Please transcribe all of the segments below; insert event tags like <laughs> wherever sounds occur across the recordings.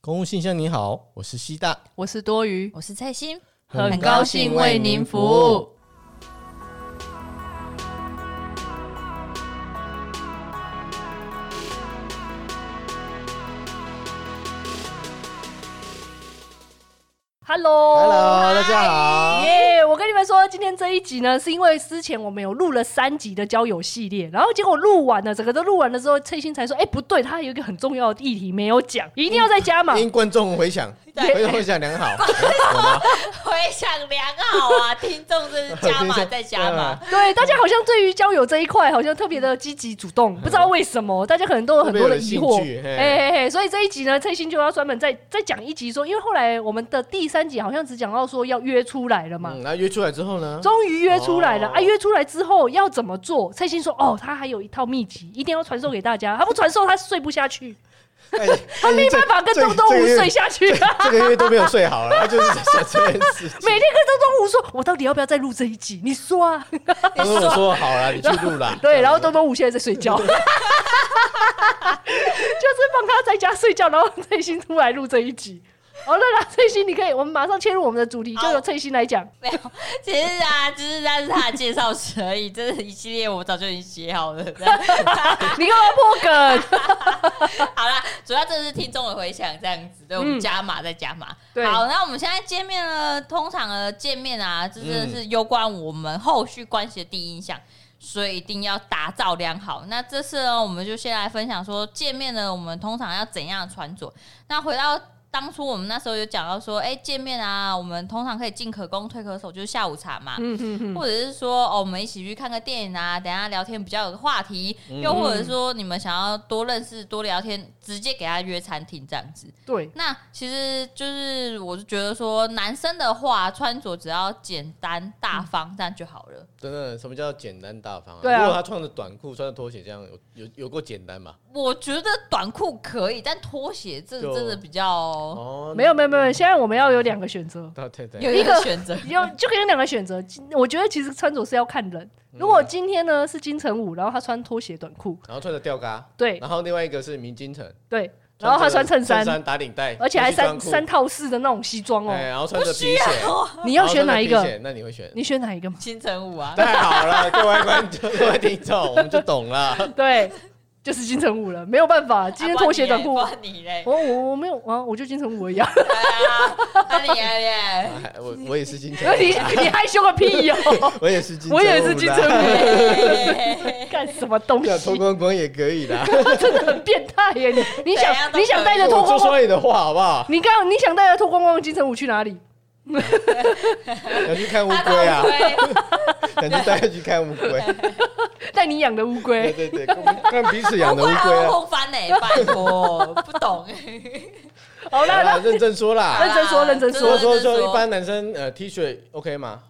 公务信箱，你好，我是西大，我是多余，我是蔡心。 <laughs> 很高兴为您服务。Hello，, Hello，大家好。哦耶我跟你们说，今天这一集呢，是因为之前我们有录了三集的交友系列，然后结果录完了，整个都录完了之后，翠心才说：“哎、不对，他有一个很重要的议题没有讲，一定要再加嘛。”因观众回响， <laughs> 回回响良好。有吗回想良好啊，听众真是加 <laughs> 码再加码，对，大家好像对于交友这一块好像特别的积极主动，不知道为什么，大家可能都有很多的疑惑特别有兴趣。嘿嗯哎嘿嘿，所以这一集呢，蔡心就要专门再再讲一集说，因为后来我们的第三集好像只讲到说要约出来了嘛，嗯，然后约出来之后呢？终于约出来了、哦啊！约出来之后要怎么做？蔡心说：“哦，他还有一套秘籍，一定要传授给大家，他不传授他睡不下 <laughs> 去，他他没办法跟东东吴睡下去。哎这个月都没有睡好啊 <laughs> 了，他就是在想这件事情。 <laughs> 每天跟东东吴说，我到底要不要再录这一集？你说啊。”他跟我说好了，你去录啦。对，啊然后东东五现在在睡 <laughs> 觉，就是放他在家睡觉，然后翠心出来录这一集。哦好了啦，翠心，你可以，我们马上切入我们的主题，就由翠心来讲。没有，其实啊，就是那是他的介绍词而已，这是一系列我早就已经写好了。这样你干嘛破梗？ <laughs> 好啦，主要这是听众的回响，这样子对我嗯们加码再加码。对好，那我们现在见面呢，通常的见面啊，这真的嗯是攸关我们后续关系的第一印象。所以一定要打造良好。那这次呢，我们就先来分享说见面呢，我们通常要怎样的穿着。那回到当初我们那时候有讲到说，哎、见面啊，我们通常可以进可攻退可守，就是下午茶嘛。 <laughs> 嗯嗯嗯，或者是说哦，我们一起去看个电影啊，等一下聊天比较有个话题，嗯又或者说你们想要多认识、多聊天，直接给他约餐厅这样子。 <laughs> 对，那其实就是我是觉得说，男生的话穿着只要简单大方，这样就好了。等等，什么叫简单大方啊？对啊如果他穿着短裤、穿着拖鞋这样，有有有够简单吧？我觉得短裤可以，但拖鞋这就个真的比较哦，没有没有没有，现在我们要有两个选择，对，对对有对，一个选择。 <laughs> 有就可以有两个选择。今我觉得其实穿着是要看人。如果今天呢是金城武，然后他穿拖鞋短裤，然后穿着吊嘎，对然后另外一个是明金城，对，然后他穿衬衫，衫，衬打领带，而且还西装三裤三套式的那种西装哦哎，。然后穿着皮鞋，你你要选哪一个？？那你会选？你选哪一个嘛？清晨舞啊，太好了，各位观众、各位听众，我们就懂了。 <laughs> 对，就是金城武了，没有办法，今天拖鞋短裤，啊不然你嘞，不我我我没有啊，我就金城武一样。然你嘞对啊，那你嘞？哎我我也是金城那，你你害羞个屁哟、我也是金城，我也是金城武啦， <laughs> 武，对干什么东要脱西？光光也可以啦。真的很变态耶！你你怎样想都你想带着我脱光就光，说你的话好不好？你刚你想带着脱光光的金城武去哪里？想去看乌他龟啊都，会想去带他去看乌 <laughs> 龟。带你养的乌对龟。对对，看彼此养的乌 <laughs> 会龟啊，啊。哦空翻 <laughs> 呢、拜托，不懂。好啦，好啦那认真说啦。认真说认真说说说说，一般男生呃 T 恤 OK 吗？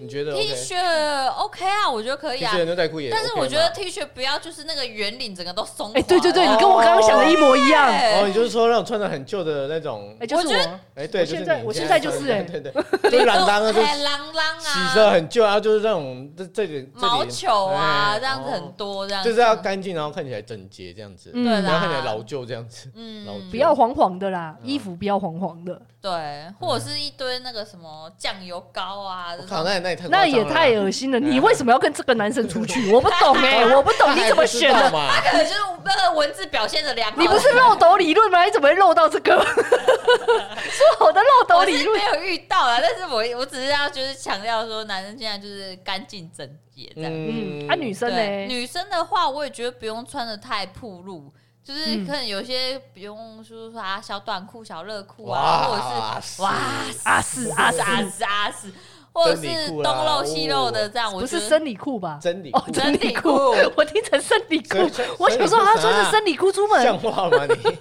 你觉得 T OK？恤 OK 啊，我觉得可以 T 啊恤、。牛仔裤也 OK 吗，但是我觉得 T 恤不要就是那个圆领整个都松垮。哎、对对对，哦你跟我刚刚想的一模一样。哎、哦，你就是说那种穿的很旧的那种，就是我觉我得，哎，对，我就是现在你我现在就是穿的对对，对就是你懒 <laughs> 当啊，哎就啷啷啊，洗的很旧，然后就是那种这这里这里毛球啊，哎这样子很哦多这样子。就是要干净，然后看起来整洁这样子，嗯对然后看起来啦，老旧这样子。老嗯旧不要黄黄的啦，衣服不要黄黄的，对，或者是一堆那个什么酱油膏啊，嗯我这靠，那种也那也太夸张那了也太恶心了。嗯你为什么要跟这个男生出去？我不懂哎、我不懂他你还怎么不知选道的。嘛？ <laughs> 可 <laughs> 能就是那个文字表现的良好。你不是漏斗理论吗？你怎么会漏到这 <laughs> 个？说好的漏斗我理是论没，有遇到啦，但是我我只是要就是强调说，男生现在就是干净整洁这样。嗯，啊，女生对，呢？女生的话，我也觉得不用穿的太暴露，就是嗯可能有些不用说啥小短裤、小热裤啊，或哇塞者是哇啊是啊是是，啊是啊是，或者真理是裤东啦露西露的这样，我不是觉得生理裤吧？真理哦，裤真理真裤理裤，我听成生理裤真真。我真想说，理裤他穿着生理裤出像门，话吗 <laughs> 你？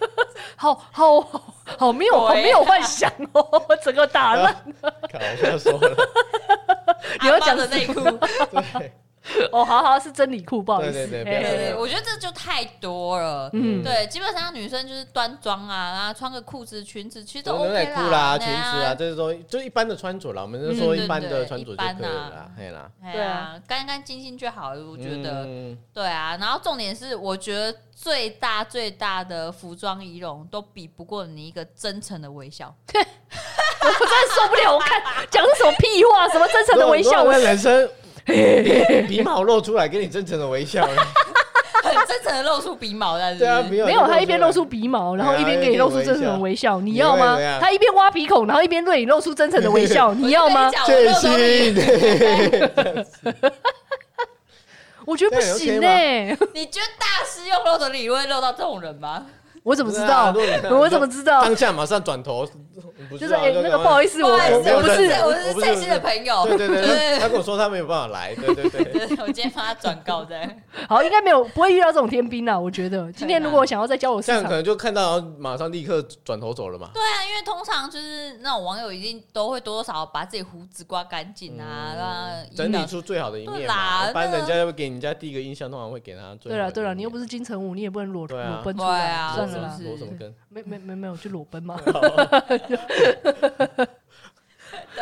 好好好好没有对好没有幻想哦， <laughs> 我整个打好乱。了，靠，我不要说了。你要阿妈讲的什内裤， <laughs> 对，哦，好好是真理裤，不好意对思，对对嘿不要对对嘿对，对我觉得这就太多了。嗯，对，基本上女生就是端庄啊，然后穿个裤子、裙子，其实都牛 OK 仔裤啦、裙对子啊，，这是说就一般的穿着啦，我们是说嗯一般对的对穿着一就可般以了啊啦，嘿啦。对啊，干干净净就好了，我觉得。嗯对啊，然后重点是，我觉得最大最大的服装仪容都比不过你一个真诚的微笑。 <laughs> 哎我真的受不了，我看讲的什么屁话，什么真诚的微笑，如果我如果人生 <laughs> 鼻鼻毛露出来，给你真诚的微笑。很真诚的露出鼻毛，但是对啊，没有没有，他一边露出出鼻毛，然后对啊一边给你露出真诚的微笑，你你要吗会怎？样他一边挖鼻孔，然后一边对你露出真诚的微笑，你要吗？我就跟最你讲新我露的，我觉得不这行样哎、头你，你觉得大师用露的你会露到这种人吗？我怎么知道？对啊 <laughs> 如果你我怎么知道？当下马上转头，不就是啊哎、那个不好意思，我不好意思我我我不没有是真的我我是不蔡是心的朋友，对对对 <laughs> 对，他对跟我说他没有办法来，对对对。对 <laughs> 我今天帮他转告的。好，应该没有不会遇到这种天兵啊啦。我觉得今天如果我想要再交友市这样可场，能就看到，然后马上立刻转头走了嘛。对啊，因为通常就是那种网友一定都会多多少少把自己胡子刮干净啊，让嗯整引导理出最好的一对面啦嘛，一般那人家会给人家第一个印象，通常会给他最啊好的一对了面。对啊了，你又不是金城武，你也不能裸啊对啊裸奔出对来，啊算什了啦么，裸什么根？没没没没有就裸奔嘛。对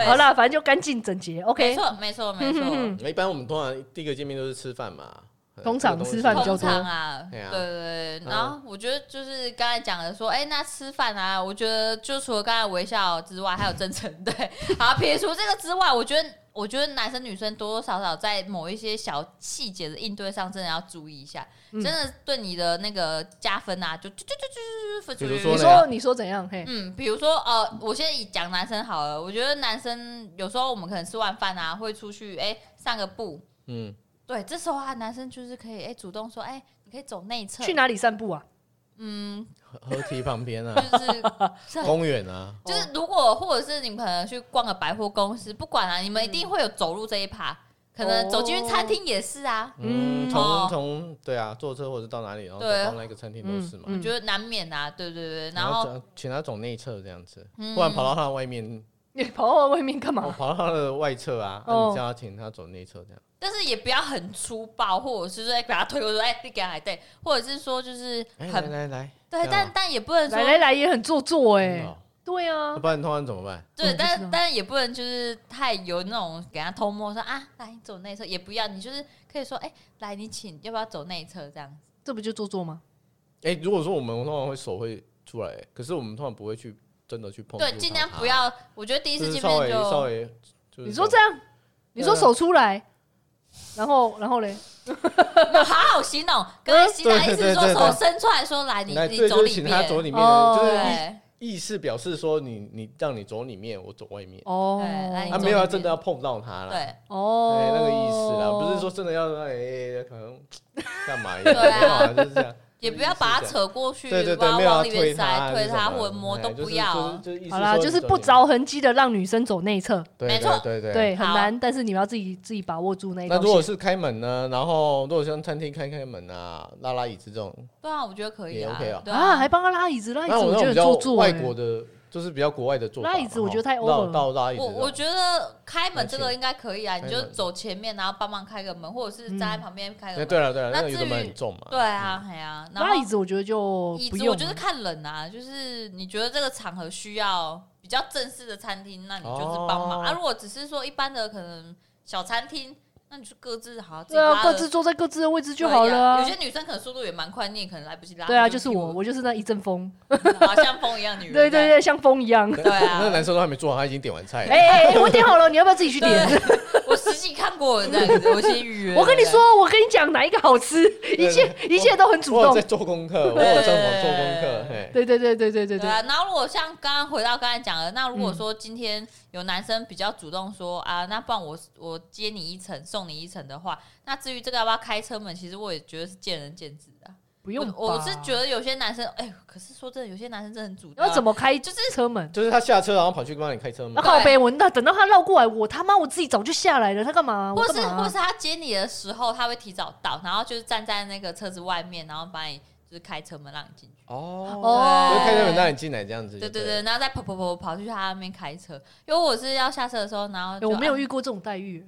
好啦，反正就干净整洁没，OK。错没错没错。嗯一般我们通常第一个见面都是吃饭嘛，通常这个东西吃饭比较通多常啊，对对啊对对。嗯然后我觉得就是刚才讲的说，哎，那吃饭啊，我觉得就除了刚才微笑之外，还有真诚。对，好，撇除这个之外，我觉得我觉得男生女生多多少少在某一些小细节的应对上，真的要注意一下，嗯真的对你的那个加分啊，就就就就就比就如嗯你说呢说你说怎样？嘿，嗯，比如说呃，我先以讲男生好了，我觉得男生有时候我们可能吃完饭啊，会出去哎、散个步，嗯，对，这时候啊，男生就是可以哎、主动说哎、你可以走内侧，去哪里散步啊？嗯，河堤旁边啊，就是 <laughs> 是很公园啊，就是如果或者是你们可能去逛个百货公司，不管啊，你们一嗯定会有走路这一趴，可能走进去哦餐厅也是啊，嗯嗯，从哦从对啊，坐车或者到哪里，然后走对到那个餐厅都是嘛嗯，我觉得难免啊，对对对，然然后后请他走内侧这样子，嗯不然跑到他的外面，你跑到外面干我嘛？跑到他的外侧啊，啊哦你叫他请他走内侧这样，但是也不要很粗暴，或者是说哎把他推过去，哎你给他对，或者是说就是哎很来来来，对，这样但啊但也不能说来来来，也很做作真哎的。哦对啊那，不然通常怎么办？我对，不知道但但也不能就是太有那种给他偷摸说啊，来你走内侧也不要，你就是可以说哎、来你请，要不要走内侧这样子？这不就做作吗？哎，如果说我们通常会手会出来，可是我们通常不会去真的去碰触到对他，，尽量不要。我觉得第一就次是见稍面微稍就微，就是你说这样，你说手出来，然后然后嘞，好好形容，跟嗯其他意思对对说对手对伸出来说来你来你对走就里是请他走面，里面，哦就是面对意思表示说你你让你走里面，我走外面，哦对来你他走啊没有要里真的要面碰到他啦，对哦哎，那个意思哦啦，不是说真的要哎、可能干嘛？对啊没有就是这样。也不要把他扯过去，对对不对，要没有往要里面推塞，他，推他或者摸都不要。哎就是就是就是意思好啦，说就是你不走着痕迹的让女生走内侧，对没错对对对。对，很好难，但是你们要自己自己把握住那一那条如果线。是开门呢？然后如果像餐厅开开门啊，拉拉椅子这种，对啊，我觉得可以也啊 OK 啊，对啊，还帮他拉椅子，拉椅子那我那种觉得比很较做作外欸。国的，就是比较国外的做法嘛。拉椅子我觉得哈太 over 绕了到拉椅子我这种，我觉得开门而这且个应该可以啊，你开就门走前面，然后帮忙开个门，或者是站在嗯旁边开个哎门。对了对了，那那个至油门于很重嘛。对啊，哎呀，然拉后椅子我觉得就椅不子用我了，觉得看人啊，就是你觉得这个场合需要比较正式的餐厅，那你就是帮忙哦啊。如果只是说一般的可能小餐厅，那你就各自好好自己对拉啊，各了自坐在各自的位置就可以好了啊。啊有。些女生可能速度也蛮快，你也可能来不及拉。对啊，你就是踢我，我就是那一阵风， <laughs> 好像风一样女人。对对，对，像风一 <laughs> 样。对啊 <laughs> 那个男生都还没做好，他已经点完菜了。哎哎，哎我点好了，你要不要自己去点？对，我实际看过这样子，我先预约。我跟你，说，我跟你讲哪一个好吃，一切一切都很主我有动在。做功课，我对有上网做功课。嘿，对对对对对对对对，嗯啊。然后如果像刚刚回到刚才讲的，那如果说今天有男生比较主动说啊，那不然我我接你一层，送你一层的话，那至于这个要不要开车门，其实我也觉得是见仁见智的啊。不用吧。我我是觉得有些男生，哎、可是说真的，有些男生真的很主动啊。要怎么开就是车门？就是他下车，然后跑去帮你开车那门。对靠北我那等到他绕过来，我他妈我自己早就下来了，他干嘛？我或干是或嘛啊是？他接你的时候，他会提早到，然后就是站在那个车子外面，然后把你就是开车门让你进去。哦，哦，就是开车门让你进来这样子就对了。对对，然后再跑跑跑跑去他那边开车，因为我是要下车的时候，然后欸就我没有啊遇过这种待遇，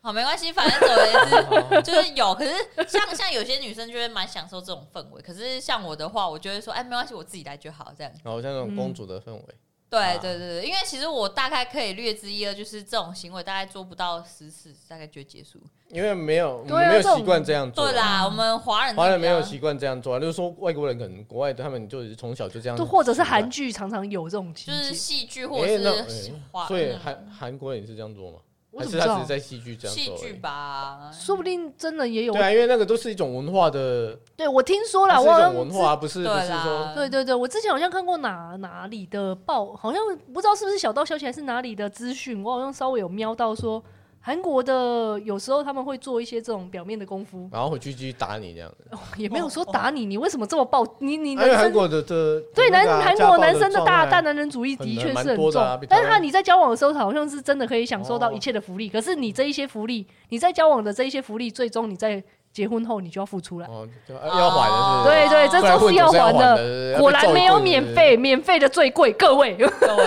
好，没关系，反正总 <laughs> 而言之哦就是有。可是像像有些女生就会蛮享受这种氛围，可是像我的话，我就会说，哎，没关系，我自己来就好，这样。然后像那种公主的氛围，嗯对对对对，因为其实我大概可以略知一二，就是这种行为大概做不到十次，大概就结束。因为没有我对们啊没有这种习惯这样做对啊，啦，我们华人华人没比较有习惯这样做啊，就是说外国人可能国外的他们就是从小就这样习就惯，或者是韩剧常常有这种情就是节，戏剧或哎，那者是哎华所以嗯韩韩国人也是这样做吗？我还怎是么知他只道是？在戏剧这样戏做而剧已？吧，说不定真人也有对。啊，因为那个都是一种文化的，对我听说它了，是一我好像种文化啊，不是对不是说啦，对对对，我之前好像看过哪哪里的报，好像不知道是不是小道消息还是哪里的资讯，我好像稍微有瞄到说，韩国的有时候他们会做一些这种表面的功夫， <laughs> 然后回去继续打你这样子。也没有说打你，你为什么这么暴？你你还有哦男哎韩生国的的对那男个啊韩家暴国男生的状大态大男人主义很的确蛮是很多重的啊比，但是台他湾你在交往的时候，好像是真的可以享受到哦一切的福利，可是你这一些福利，你在交往的这一些福利，最终你在结婚后你就要付出来。哦，就要要还的是不是对对，这不然都混是哦总是要还还的对对的。对果要被然揍一没有顿免对对费，免费的最贵，各位。各位。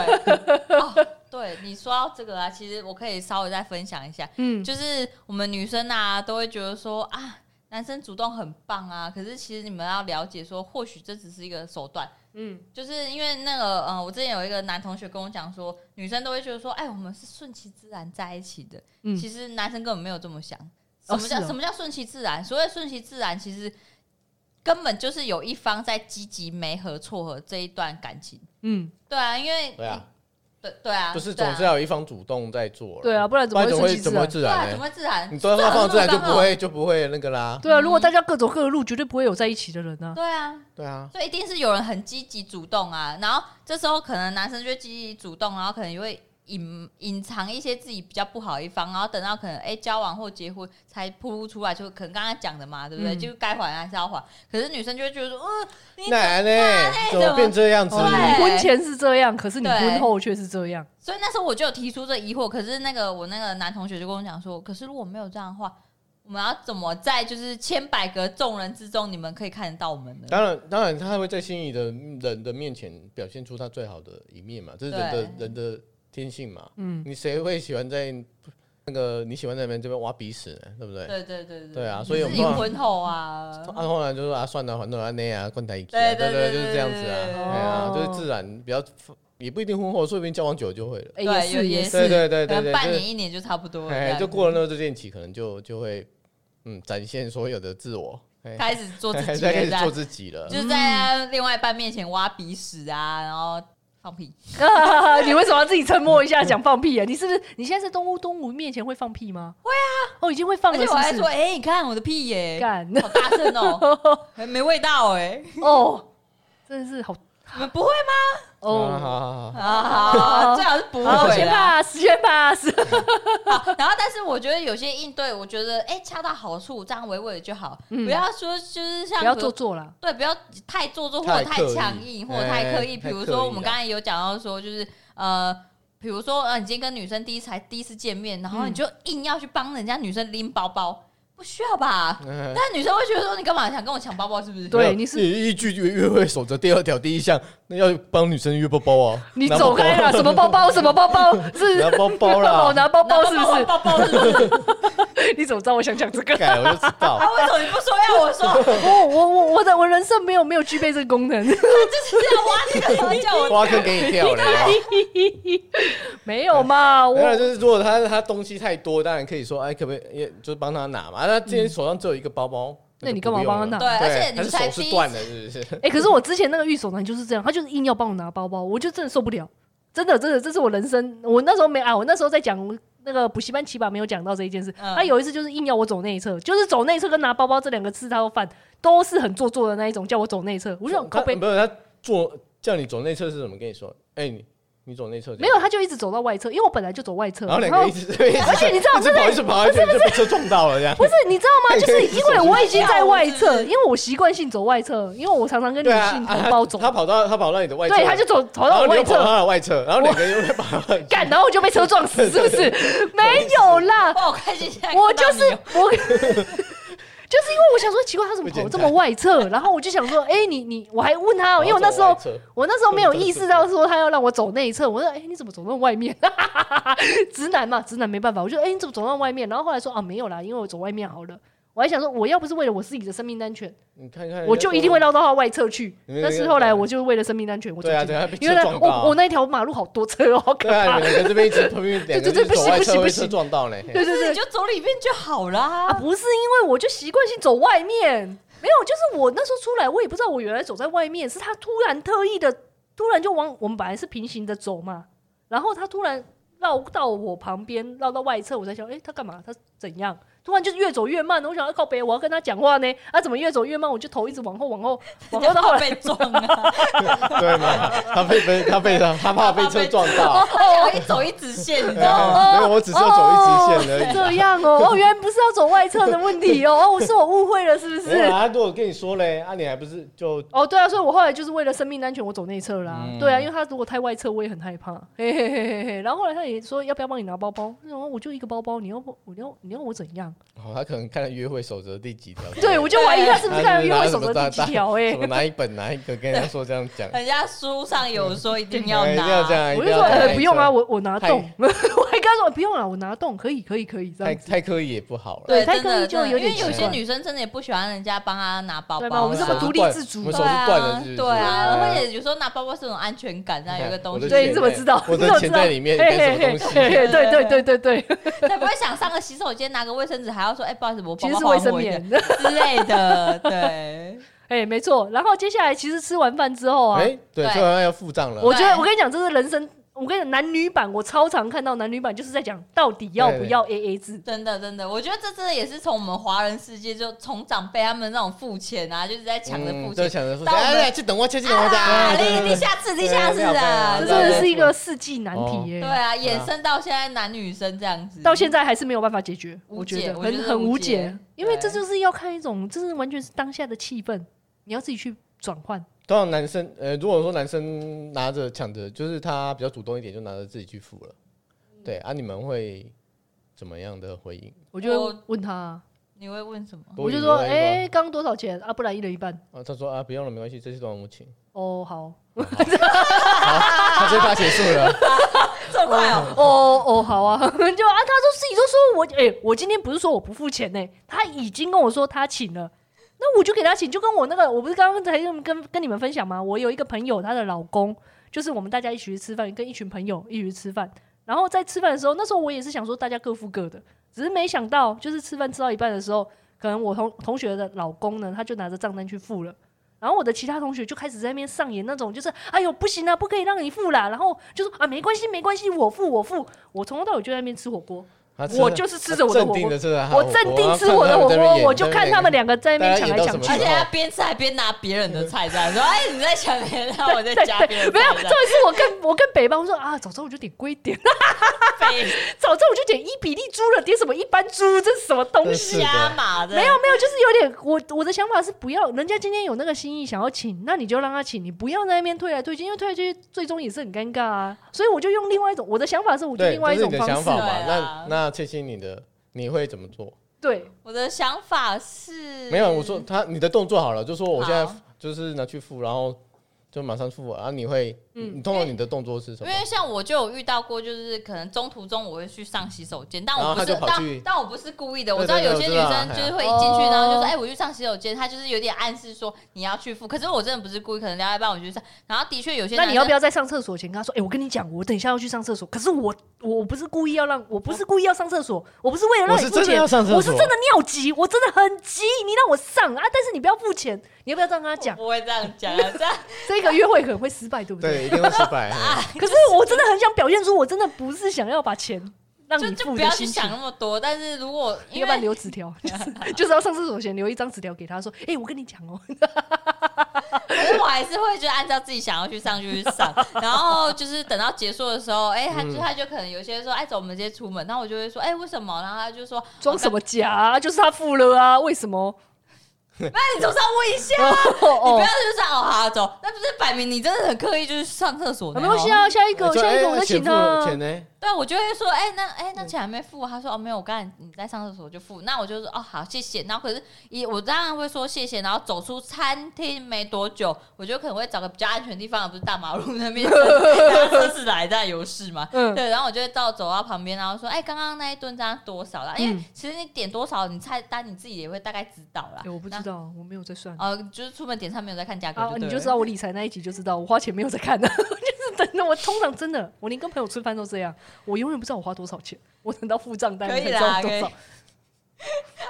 哦对 <laughs> 你说到这个啊，其实我可以稍微再分享一下，嗯，就是我们女生啊，都会觉得说啊，男生主动很棒啊，可是其实你们要了解说，或许这只是一个手段，嗯，就是因为那个，嗯、我之前有一个男同学跟我讲说，女生都会觉得说，哎，我们是顺其自然在一起的，嗯其实男生根本没有这么想。什哦么叫、是哦什么叫顺其自然？所谓顺其自然，其实根本就是有一方在积极没合撮合这一段感情。嗯，对啊，因为对啊，对对啊，就是对总是啊，要有一方主动在做，对啊，，不然不怎么然怎会么顺会其自怎么会然？自对啊，然怎呢？么会自然？你都让他放自然就这种不路刚好会就不会那个啦，对啊，如果嗯大家各走各的路，绝对不会有在一起的人啊。对啊，对啊，所以一定是有人很积极主动啊，然后这时候可能男生就会积极主动，然后可能就会隐隐藏一些自己比较不好的一方，然后等到可能哎、诶交往或结婚才铺露出来，就可能刚刚讲的嘛，对不对？嗯就该还啊还是要还，可是女生就会觉得说，嗯，你奶奶哎怎么变这样子？哦，对你婚前是这样，可是你对婚后却是这样。所以那时候我就有提出这疑惑，可是那个我那个男同学就跟我讲说，可是如果没有这样的话，我们要怎么在就是千百个众人之中，你们可以看得到我们呢？当然，当然，他会在心仪的人的面前表现出他最好的一面嘛，这是人的人的天性嘛。嗯，你谁会喜欢在那个你喜欢在那边这边挖鼻屎呢？对不对？对对对对对啊所以我自们己通常婚后啊，啊，后来就说啊，算了，反正啊那啊，关台一起啊，对对对，对对就是这样子对对啊，对哎呀，哦就是自然，比较也不一定婚后，说不定交往久了就会了。哎，对也有是也也是，对对 <laughs> 对可对能对，半就是年一年就差不多了，这啊哎，样就过了那个热恋期，可能就就会嗯展现所有的自我， <laughs> 哎，开始做自 <laughs> 己再开了，始这样做自己了。就是在另外一半面前挖鼻屎啊，然后放屁。 <laughs> 你为什么要自己沉默一下讲放屁啊？你是不是你现在在东吴东吴面前会放屁吗？会啊，哦，已经会放而了，且是我还不说，是？哎，你看我的屁耶， <laughs> 干好大声 <laughs> 哦，还没味道哎，哦，真的是好你们不会啊好哦，好好好，吗？啊，最好是不好，会先啦。 pass 先 pass。好然后，但是我觉得有些应对，我觉得哎，恰到好处，这样委婉就好，嗯不要说就是像不要比如做作啦。对，不要太做作或太者太刻意强硬或者太刻意。哎比太如刻说，意我了们刚才有讲到说，就是呃，比如说呃，你今天跟女生第一次才第一次见面，然后你嗯就硬要去帮人家女生拎包包，不需要吧？嗯 <laughs> 但女生会觉得说，你干嘛想跟我抢包包？是不是？对没有你是依据约约会守则第二条第一项，那要帮女生约包包啊，你拿包走包开啦！什么包包？什么包包？<laughs> 是拿包包 <laughs> 我啦，拿包包拿是不包是？包包包是不是？ <laughs> 你怎么知道我想讲这 <laughs> 个？ <laughs> 改我就知道。 <laughs> 啊，为什么你不说要我说？我我我我的我人生没有没有具备这个功能，就是要挖那个叫我挖坑给你跳嘞！ <laughs> 哎没有嘛？当然我就是，如果他他东西太多，当然可以说，哎，可不可以，也就是帮他拿嘛。啊他今天手上只有一个包包，那你就不干嘛帮用他拿了对，而且他你是才手第是一断次的，是不是？哎，可是我之前那个御手男就是这样，他就是硬要帮我拿包包，我就真的受不了，真的真的，这是我人生，我那时候没啊，我那时候在讲。那个补习班骑吧没有讲到这一件事，嗯他有一次就是硬要我走内侧，就是走内侧跟拿包包这两个吃他饭都是很做作的那一种，叫我走内侧，我就想他靠背，不是他做叫你走内侧是怎么跟你说？哎，你你走内侧没有，他就一直走到外侧，因为我本来就走外侧，然后两个一直，而而且你知道一直跑一直跑，一直就被车撞到了这样不。是，你知 <laughs> 道吗？就是因为我已经在外手是不侧，是因为我习惯性走外侧，因为我常常跟女对啊，性啊同胞走，他跑到他跑到你的外侧，对，他就走跑然到后我你外又跑到侧，他的外侧，然后两个又在跑到外侧。干，然后我就被车 <laughs> 撞死，是不是？没有啦，哦哇，我开心现在看到我 <laughs> 你就是我，就是因为我想说奇怪，他怎么跑这么外侧？然后我就想说，哎，你你，我还问他哦，因为我那时候我那时候没有意识到说他要让我走内侧，我说哎，你怎么走到外面？ <laughs> 直男嘛，直男没办法，我就哎你怎么走到外面？然后后来说啊没有啦，因为我走外面好了。我还想说，我要不是为了我自己的生命安全，你看看，我就一定会绕到他外侧去。你们但是后来我就为了生命安全，我就对啊，对啊，被因为车那撞哦到啊我我那一条马路好多车哦，好可对啊，怕。你们两个这边一直旁边两个对对一直走外不行不行侧不会行车撞到嘞。对对就是对 <laughs> 你，就走里面就好啦。啊，不是因为我就习惯性走外面，没有，就是我那时候出来，我也不知道我原来走在外面，是他突然特意的，突然就往我们本来是平行的走嘛，然后他突然绕到我旁边，绕到外侧，我在想，诶，哎他干嘛？他怎样？突然就是越走越慢，我想要啊靠北，我要跟他讲话呢，啊，怎么越走越慢？我就头一直往后往后往后到后怕来，被 <laughs> 撞啊！对吗？他被被他被他他怕被车撞到，而且我一走一直线，你知道吗？哎没有，我只是要走一直线而已。这样哦，哦，原来不是要走外侧的问题哦，哦，我是我误会了，是不没是有？啊，如果跟你说嘞，啊，你还不是就哦，对啊，所以我后来就是为了生命安全，我走内侧啦、嗯对啊，因为他如果太外侧，我也很害怕。嘿嘿嘿嘿嘿。然后后来他也说要不要帮你拿包包，然后我就一个包包，你要不我要你要我怎样？哦，他可能看了约会守则第几条？对，我就怀疑他是不是看哎了约会守则第七条、什么哎。拿一本拿一个跟人家说这样 <laughs> 讲，人家书上有说一定要哎一定要这拿，样，一我就定要说，拿呃，一不用啊，本，我我拿动， <laughs> 我还跟他说不用啊，我拿动，可以，可以，可以这太样子。太刻意也不好了。啊对太真刻的意就有真的因点为有奇些怪女生真的也不喜欢人家帮她拿包对包吧啦，我们这么独立自主我们对手是啊断了，是不是？对啊，而哎且有时候拿包包是有种安全感，这样有一个东西，我的对，钱你怎么知道？我你的怎么知钱道在？里面，跟什么东西？嘿嘿对对对对对，才不会想上个洗手间拿个卫生纸，还要说哎，不好意思，我其包包实是还卫我生一个棉。 <laughs> 之类的，对，哎、没错。然后接下来其实吃完饭之后啊，哎，对，对突然要付账了。我觉得对我跟你讲，这是人生。我跟你讲，男女版我超常看到男女版就是在讲到底要不要 A A 制。真的真的，我觉得这真的也是从我们华人世界，就从长辈他们那种付钱啊，就是在抢着付就钱，抢着付到钱，我们哎，来去等我去，去等我去。啊，哎对对你对你下次，你下次对对啊，这对真的是一个世纪难题耶、对啊，衍生到现在男女生这样子，到现在还是没有办法解决，无我觉解得我很觉得很无无解解，因为对这就是要看一种，这是完全是当下的气氛，你要自己去转换。通常男生，呃，如果说男生拿着抢着，就是他比较主动一点，就拿着自己去付了。嗯对啊，你们会怎么样的回应？我就我问他啊，你会问什么？我就说，哎、刚多少钱啊？不然一人一半。啊，他说啊，不用了，没关系，这次都我请。哦，好，他最怕结束了， <laughs> 这块 <laughs> 哦，哦哦，好啊， <laughs> 就啊，他说自己都说我，哎、我今天不是说我不付钱呢、他已经跟我说他请了，那我就给他请，就跟我那个，我不是刚刚才跟跟跟你们分享吗？我有一个朋友，她的老公就是我们大家一起去吃饭，跟一群朋友一起去吃饭，然后在吃饭的时候，那时候我也是想说大家各付各的，只是没想到就是吃饭吃到一半的时候，可能我同同学的老公呢，他就拿着账单去付了。然后我的其他同学就开始在那边上演那种，就是哎呦不行啊，不可以让你付啦。然后就说啊没关系没关系，我付我付。我从头到尾就在那边吃火锅，他吃我就是吃着我的镇火定锅，的吃着他我的火锅，镇定然后吃我的火看他们在那边演锅，我就看他们。两个在那边抢来抢去大家演到什。而且他边吃还边拿别人的菜，这样 <laughs> 说：“哎，你在抢别人的菜，我在对夹对别人的没有，菜。”重点是我跟我跟北方说啊，早知道我就点贵一点，被早知道我就点伊比利猪了，点什么一般猪，这是什么东西？是的加码的，没有没有，就是有点我我的想法是不要，人家今天有那个心意想要请，那你就让他请，你不要在那边推来推去，因为推来推去最终也是很尴尬啊。所以我就用另外一种我的想法是，我就对，另外一这是种你的方想式，法嘛？对那啊那切心你的你会怎么做？对我的想法是没有，我说他你的动作好了，就说我现在好就是拿去付，然后就马上付了，然后你会，嗯你通常你的动作是什因么？为像我就有遇到过，就是可能中途中我会去上洗手间，但然后我不他是就跑去但但我不是故意的。我对知道对对有些我女知道生哎呀就是会一进去，然后就哦说：“哎，我去上洗手间。”她就是有点暗示说你要去付，可是我真的不是故意，可能聊一半我就去上。然后的确有些那男你生要不要在上厕所前跟他说，哎、我跟你讲，我等一下要去上厕所，可是我我我不是故意要让，我不是故意要上厕所，我不是为了让我你是付真的钱，要上厕所我是真的尿急，我真的很急，你让我上啊，但是你不要付钱，你要不要这样跟他我讲？不会这样讲啊，这样这个约会可能会失败，哦对不对，一定会失败。嘿可是我真的很想表现出我真的不是想要把钱让就你就付不的要去心情想。那么多。但是如果因要不然为留纸条， <laughs> 就是就是要上厕所前留一张纸条给他说：“哎、我跟你讲哦、可是我还是会就按照自己想要去上就去 <laughs> 上，然后就是等到结束的时候，哎，他嗯就他就可能有些人说：“哎，走，我们直接出门。”然后 <laughs> 我就会说：“哎，为什么？”然后他就说：“装什么假、啊？就是他付了啊，为什么？那哎你总是要问一下， <laughs> 哦你不哦，要就是哦好走，那不是摆明你真的很刻意就是上厕所的。没关系。啊，下一个就下一个哎我再钱请付了他钱。呢？对，我就会说，哎、那哎、嗯那钱还没付啊，他说哦没有，我刚才你在上厕所就付，那我就说哦好谢谢，然后可是一我当然会说谢谢，然后走出餐厅没多久，我就可能会找个比较安全的地方，而不是大马路 <laughs> 那边，搭车子来，但有事嘛，嗯，对，然后我就会到走到旁边，然后说：“哎、刚刚那一顿单多少啦？”因为嗯其实你点多少，你菜单你自己也会大概知道啦哎。我不知道，我没有在算。哦、就是出门点餐没有在看价格啊，对你了就知道我理财那一集就知道，我花钱没有在看的， <laughs> 就是等着我通常真的，我连跟朋友吃饭都这样，我永远不知道我花多少钱，我等到付账单可才以知啦，道可多以少。。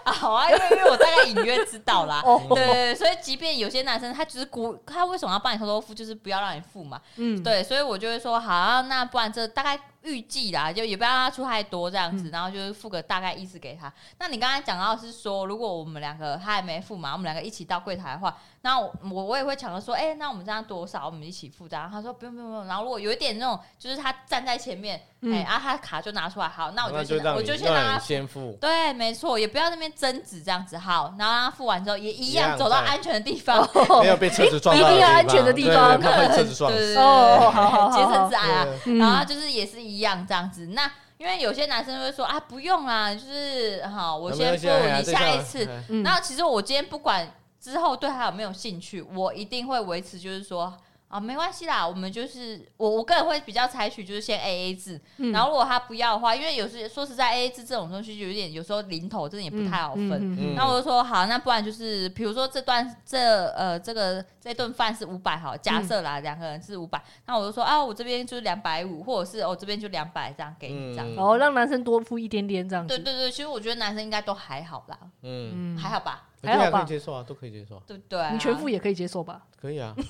啊 <laughs> 好啊，因为因为我大概隐约知道啦。哦，对对 <laughs> 对，所以即便有些男生他就是故，他为什么要帮你偷偷付，就是不要让你付嘛。嗯，对，所以我就会说，好啊，那不然这大概预计啦，就也不要让他出太多这样子，然后就是付个大概意思给他。那你刚才讲到是说，如果我们两个他还没付嘛，我们两个一起到柜台的话，那我我也会抢着说，哎、那我们这样多少，我们一起付的。然后他说不用不用不用。然后如果有一点那种，就是他站在前面，哎、嗯啊，他卡就拿出来，好，那我就就先拿让我你就先让他你先付。对，没错，也不要那边争执这样子。好，然后让他付完之后，也一一样样走到在安全的地方，哦没有被车子撞到，一定要安全的地对对方对怕被车子撞对对死。对对哦 <laughs> 好好好节好省自爱啊。对嗯，然后就是也是一样这样子。那因为有些男生会说啊，不用啦，就是好，我先付你下一次。。嗯那其实我今天不管之后对他有没有兴趣，我一定会维持，就是说。啊，没关系啦，我们就是我我个人会比较采取就是先 A A 制，嗯然后如果他不要的话，因为有时说实在 A A 制这种东西有点有时候零头真的也不太好分，嗯那我就说好，那不然就是，比如说这段这呃这个这顿饭是五百好，假设啦，两、个人是五百，那我就说啊，我这边就是两百五，或者是我、哦、这边就两百这样给你这样。嗯然后让男生多付一点点这样对子。对对，其实我觉得男生应该都还好啦，嗯，嗯还好吧，我觉得还好吧可以接受啊，都可以接受啊，对不对、啊？你全付也可以接受吧？可以 <laughs> 啊，其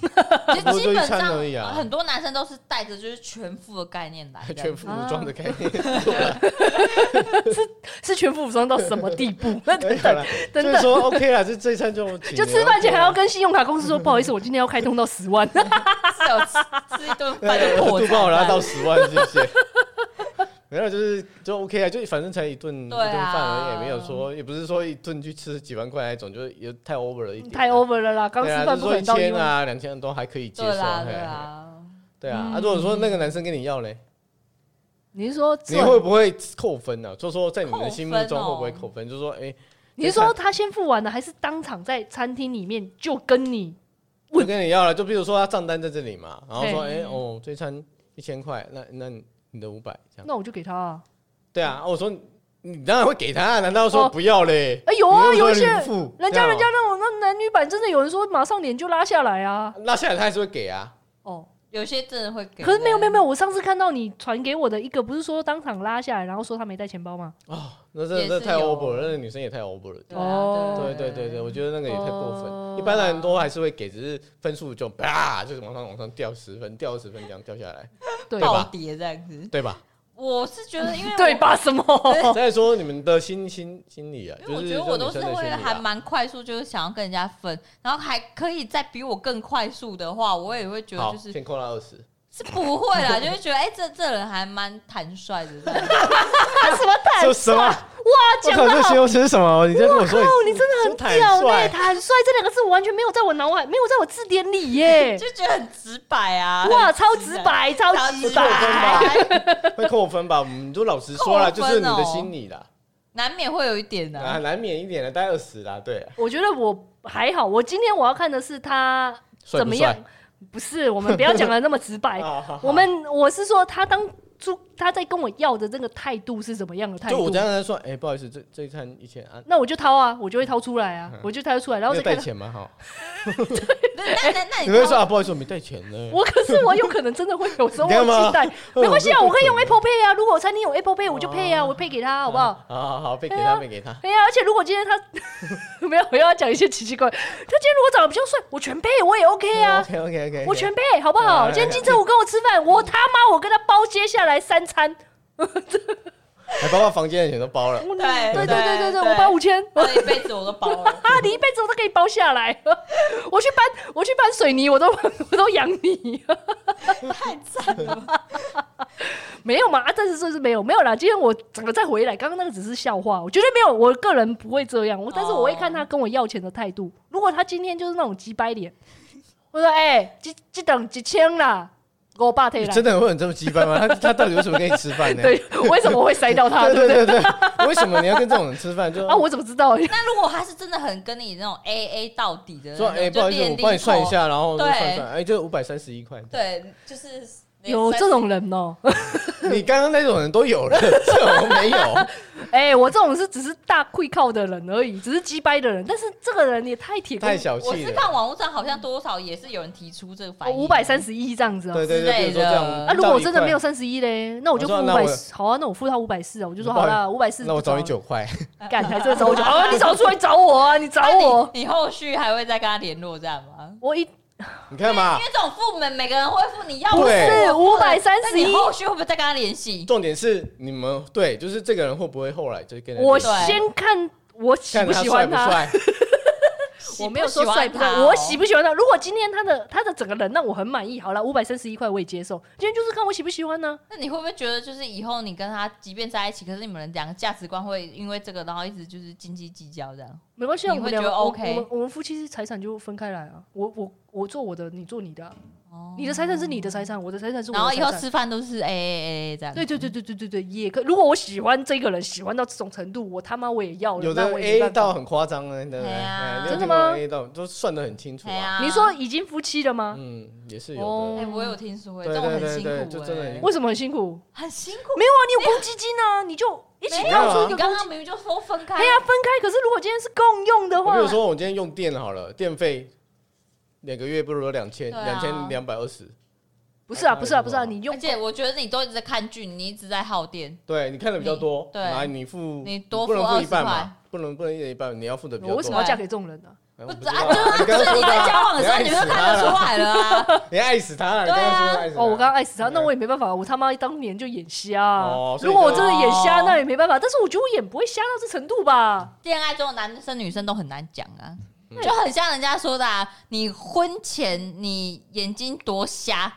实基本多一餐而已上、啊很多男生都是带着就是全付的概念来的。全副武装的概念。 <laughs> 是全副武装到什么 <laughs> 地步？那没等有等啦，等啊所以等，说 OK 啦，就这一餐就 <laughs> 请就了吃饭前还要 OK 啦跟信用卡公司说，不好意思，我今天要开通到十 <laughs> 万。是有吃吃一顿 <laughs> 饭对就 <laughs> 破度帮我产拉了到十万，谢谢。 <laughs> 没有，就是就 OK 啊，就反正才一顿、对一顿饭而已，啊也没有说，也不是说一顿去吃几万块那一种，就是有太 over 了一点。啊太 over 了啦，刚对吃啊，饭就是不说可一能到一千万。啊、两千都还可以接受。对啦嘿对啦，对啊，啊，嗯如果说那个男生跟你要嘞，你是说你会不会扣分呢、啊？就说在你们的心目中扣分哦会不会扣分？就说哎、你是说他先付完了，还是当场在餐厅里面就跟你？我跟你要了，就比如说他账单在这里嘛，然后说哎、嘿哦，这一餐一千块，那那你你的五百这样。那我就给他啊。对啊，啊我说你你当然会给他啊，难道说哦不要嘞？哎，有啊，你又有不是一些说人你不付这家样哦人家那种那男女版，真的有人说马上脸就拉下来啊。拉下来他还是会给啊，哦，有些真的会给。可是没有没有没有，有，我上次看到你传给我的一个，不是说当场拉下来，然后说他没带钱包吗？哦，那也这是这太有 over 了，那个女生也太 over 了。对啊哦对对对对，我觉得那个也太过哦分，一般人都还是会给，只是分数就啪，就是往上往上掉十分，掉十分这样掉下来， <laughs> 对吧暴跌这样子。对吧？我是觉得，因为 <laughs> 我 <laughs> 对吧？什么？再说你们的心心心理啊，就因为我是觉得说我女都是生的心会理还啊。蛮快速，就是想要跟人家分，然后还可以再比我更快速的话，我也会觉得好，就是先扣到二十，是不会啦，就会觉得哎、这这人还蛮坦率的这样。他什么坦 <laughs> 啊这什么？哇，我哎讲靠，的这好形容词是什么？你在跟我靠说，，你真的很屌屌呢！坦率这两个字我完全没有在我脑海，没有在我字典里 <laughs> 耶。就觉得很直白啊，哇，很超直，白，超超直直白。白， <laughs> 会扣分吧？我们就老实说了，扣就分哦是你的心理啦，难免会有一点的、啊，啊。难免一点的，大概二十啦，对，啊我觉得我还好，我今天我要看的是他帅怎不么帅样？。不是，我们不要讲的那么直白。啊 <laughs> 好好我们我是说，他当初他在跟我要的这个态度是怎么样的态就我度这？样跟他说，哎，不好意思，这这一餐一千啊，那我就掏啊，我就会掏出来啊，我就掏出来，然你后嗯有再带看他。钱吗？哈，那那那那你你会说说啊，不好意思，我没带钱呢。 <laughs> 我可是我有可能真的会有时候你看吗忘记带，没关系啊，嗯我可以用 Apple Pay 啊。如果我餐厅有 Apple Pay，我就配啊，哦我配给他好不好？好好好，被给对啊他，被给他。对呀、而且如果今天他 <laughs> 没有，我又要讲一些奇奇怪怪。他今天如果长得比较帅，我全配，我也 OK 啊， OK OK OK，我全配，好不好？嗯今天金城武跟我吃饭，我他妈我跟他包接下来三餐，还哎包括房间的钱都包了。对对对对对对对对我包五千，我一辈子我都包了， <laughs> 啊，你一辈子我都可以包下来。 <laughs> 我去搬，我去搬 <laughs> 水泥，我都我都养你。太赞了吧。 <laughs> 没有嘛？啊，但是这是没有没有啦。今天我整个再回来，刚刚那个只是笑话，我绝对没有，我个人不会这样。我但是我会看他跟我要钱的态度。如果他今天就是那种鸡掰脸，我说哎，这这等几千啦，我爸退你来。真的会很这么鸡掰吗？他他到底为什么跟你吃饭呢？ <laughs> 对，为什么会塞到 <laughs> 他？对对不对？对对对，为什么你要跟这种人吃饭？ <laughs> 就啊，我怎么知道？那如果他是真的很跟你那种 A A 到底的那说种，哎，就不好意思，练我帮你算一力下，然后就对算算，哎，就五百三十一块。 <laughs> 扣，对，就是有这种人哦、你刚刚那种人都有了，这种没有。 <laughs> 哎、我这种是只是大跪靠的人而已，只是鸡掰的人。但是这个人也太铁太跟，小我气是了。看网络上好像多少也是有人提出这个反应，五百三十一这样子啊。对对之对，比类如说这样的。啊，如果我真的到一块没有，三十一嘞，那我就付我五知道那百我四。好啊，那我付他五百四啊，我就说那好我啦，五百四。那我找你，九块。干还真的找我九。好啊，你早出来找我啊，你找那我，你你后续还会再跟他联络这样吗？我一你看嘛因为，这种付每每个人会付你要不是我付五百了三那十一你。后续会不会再跟他联系？重点是你们对，就是这个人会不会后来就跟人我家先看我喜看不他喜帅欢不 <laughs> 帅？我没有说帅不帅，喜欢他哦我喜不喜欢他。如果今天他的他的整个人让我很满意，好了，五百三十一块我也接受。今天就是看我喜不喜欢呢、那你会不会觉得，就是以后你跟他即便在一起，可是你们两个价值观会因为这个，然后一直就是斤斤计较这样？没关系啊，我你们会两个觉得我 OK 我们我们夫妻财产就分开来啊。我我我做我的，你做你的啊、哦你的财产是你的财产，我的财产是我然的后财以后产。吃饭都是哎 A A A 这样。对对对对对对对，也可。如果我喜欢这个人，喜欢到这种程度，我他妈我也要了。有那的我也没 A 办法到很夸张呢，对不对？哎呀哎你有真的听过吗 A 到都算得很清楚哎啊。呀，你说已经夫妻了吗？嗯，也是有哦的。哎、我有听说、哎，对这种很对辛苦、对哎，对就真的很辛苦为什么很辛苦？很辛苦。没有啊，你有公积金啊，你就一起没有啊要出一你个刚公积刚明明就说分开，哎呀，分开。可是如果今天是共用的我话比，如说，我今天用电好了，电费每个月不如说两千对两啊千两百二十。不是啊，不是啊，不是啊，你用而且我觉得你都一直在看剧，你一直在耗电，对你看的比较多你，对来你付你多不能付付一半20块嘛，不能不能一人一半，你要付的比我较为什多么。要嫁给这种人呢、哎我不是知道啊，就是你刚刚就是你说的 <laughs> 在啊交往的时候，你你就爱看死他了，得出来了啊。 <laughs> 你爱死他了，你对刚啊刚说的爱死他。哦，我刚刚爱死他，对那我也没办法，我他妈当年就眼瞎、哦所以如果我就真的眼瞎，哦那也没办法。但是我觉得我眼不会瞎到这程度吧？恋爱中的男生女生都很难讲啊，嗯就很像人家说的、啊，你婚前你眼睛多瞎，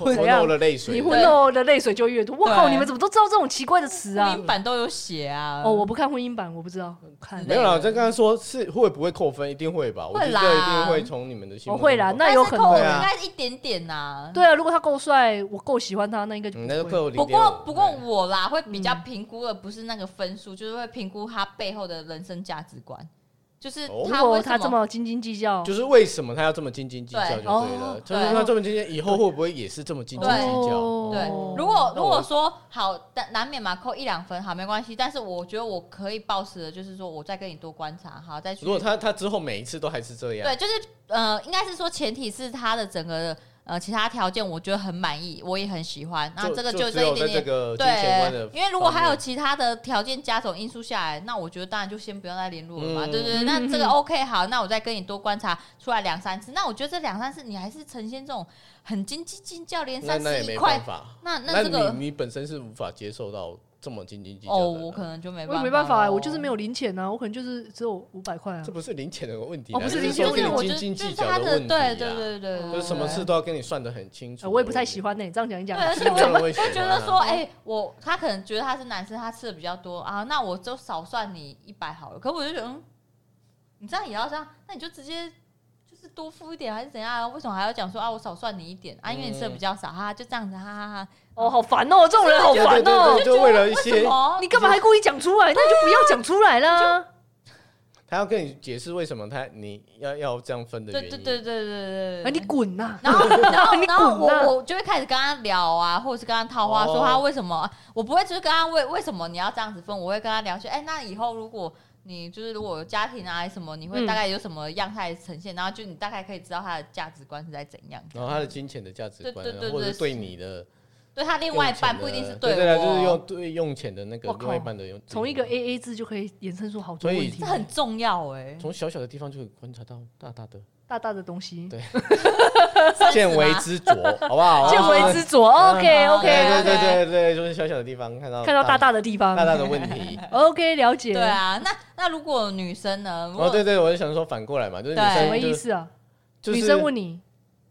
我怎样漏了泪水。你婚后的泪水就越多。我靠，对你们怎么都知道这种奇怪的词婚啊姻？版都有写啊。哦，我不看婚姻版，我不知道，我不看之类没有啦，我在刚刚说是会不会扣分，一定会吧？我会觉啦得一定会从你们的心目我中会啦，扣那有可能但对是扣啊应该是一点点呐、啊。对啊，如果他够帅，我够喜欢他，那应该就嗯不那就会扣零不过不过对我啦会比嗯较评估的不是那个分数，就是会评估他背后的人生价值观，就是哦如他为果什他这么斤斤计较，就是为什么他要这么斤斤计较就对对哦了，就是他这么斤斤，以后会不会也是这么斤斤计较？哦对，如果如果说好，但难免嘛，扣一两分好没关系，但是我觉得我可以保持的就是说，我再跟你多观察，好再去。如果他他之后每一次都还是这样，对，就是呃，应该是说前提是他的整个呃其他条件，我觉得很满意，我也很喜欢，然后这个就只这一有点在这点。个金钱观的对，，因为如果还有方面其他的条件加总因素下来，那我觉得当然就先不要再联络了嘛，嗯对对对。嗯那嗯这个嗯 OK 好，那我再跟你多观察出来两三次。那我觉得这两三次你还是呈现这种很斤斤计较，连那三那也十没一办块，法，那那那这个你你本身是无法接受到这么斤斤计较的哦，人啊。我可能就没我办也法，没办法、啊我就是没。有零钱啊，我可能就是只有五百块啊这。不是零钱的问题哦啦，不是这零是钱说就问题是你斤啊我就斤就计是较他问题啊对对对对对，就是什么事都要跟你算得很清楚。呃我也不太喜。啊欢呢、这样讲一讲对，，而且我我我会也喜欢啊觉得说，哎、我他可能觉得他是男生，他吃的比较多啊，那我就少算你一百好了。可我就觉得，嗯，你这样也要这样，那你就直接就是多付一点还是怎样啊？为什么还要讲说啊，我少算你一点啊？因为你吃的嗯比较少，哈、哈，就这样子，哈哈哈。哦，好烦哦，这种人好对烦对哦对，。就为了一什些，么？你干嘛还故意讲出来？那你就不要讲出来啦。他要跟你解释为什么他你要要这样分的对原对因。对对对对啊，对。你滚呐！<laughs> 然后，然后，你然后滚啊我我就会开始跟他聊啊，或者是跟他套话，哦说他为什么，我不会就是跟他为为什么你要这样子分，我会跟他聊说，哎，那以后如果你就是如果有家庭啊什么，你会嗯大概有什么样态呈现，然后就你大概可以知道他的价值观是在怎样。然后他的金钱的价值观啊对对对，对或者是是对你的对他另外一半不一定是对我，对，就是用对用钱的那个我靠另外一半的用，从一个 A A 制就可以衍生出好多所以问题这，很重要哎，从小小的地方就可以观察到大大 <laughs> 的大大的东西，对生死见微吗知著，好不好？见微知著。OK 对哦嗯对 OK，对对对，就是小小的地方看到看到大大大的地方大大的问题。 ，OK 了解。对，啊，那那如果女生呢？如哦，果对对，我就想说反过来嘛，就是女嗯对什生么就意思啊？就是女生问你，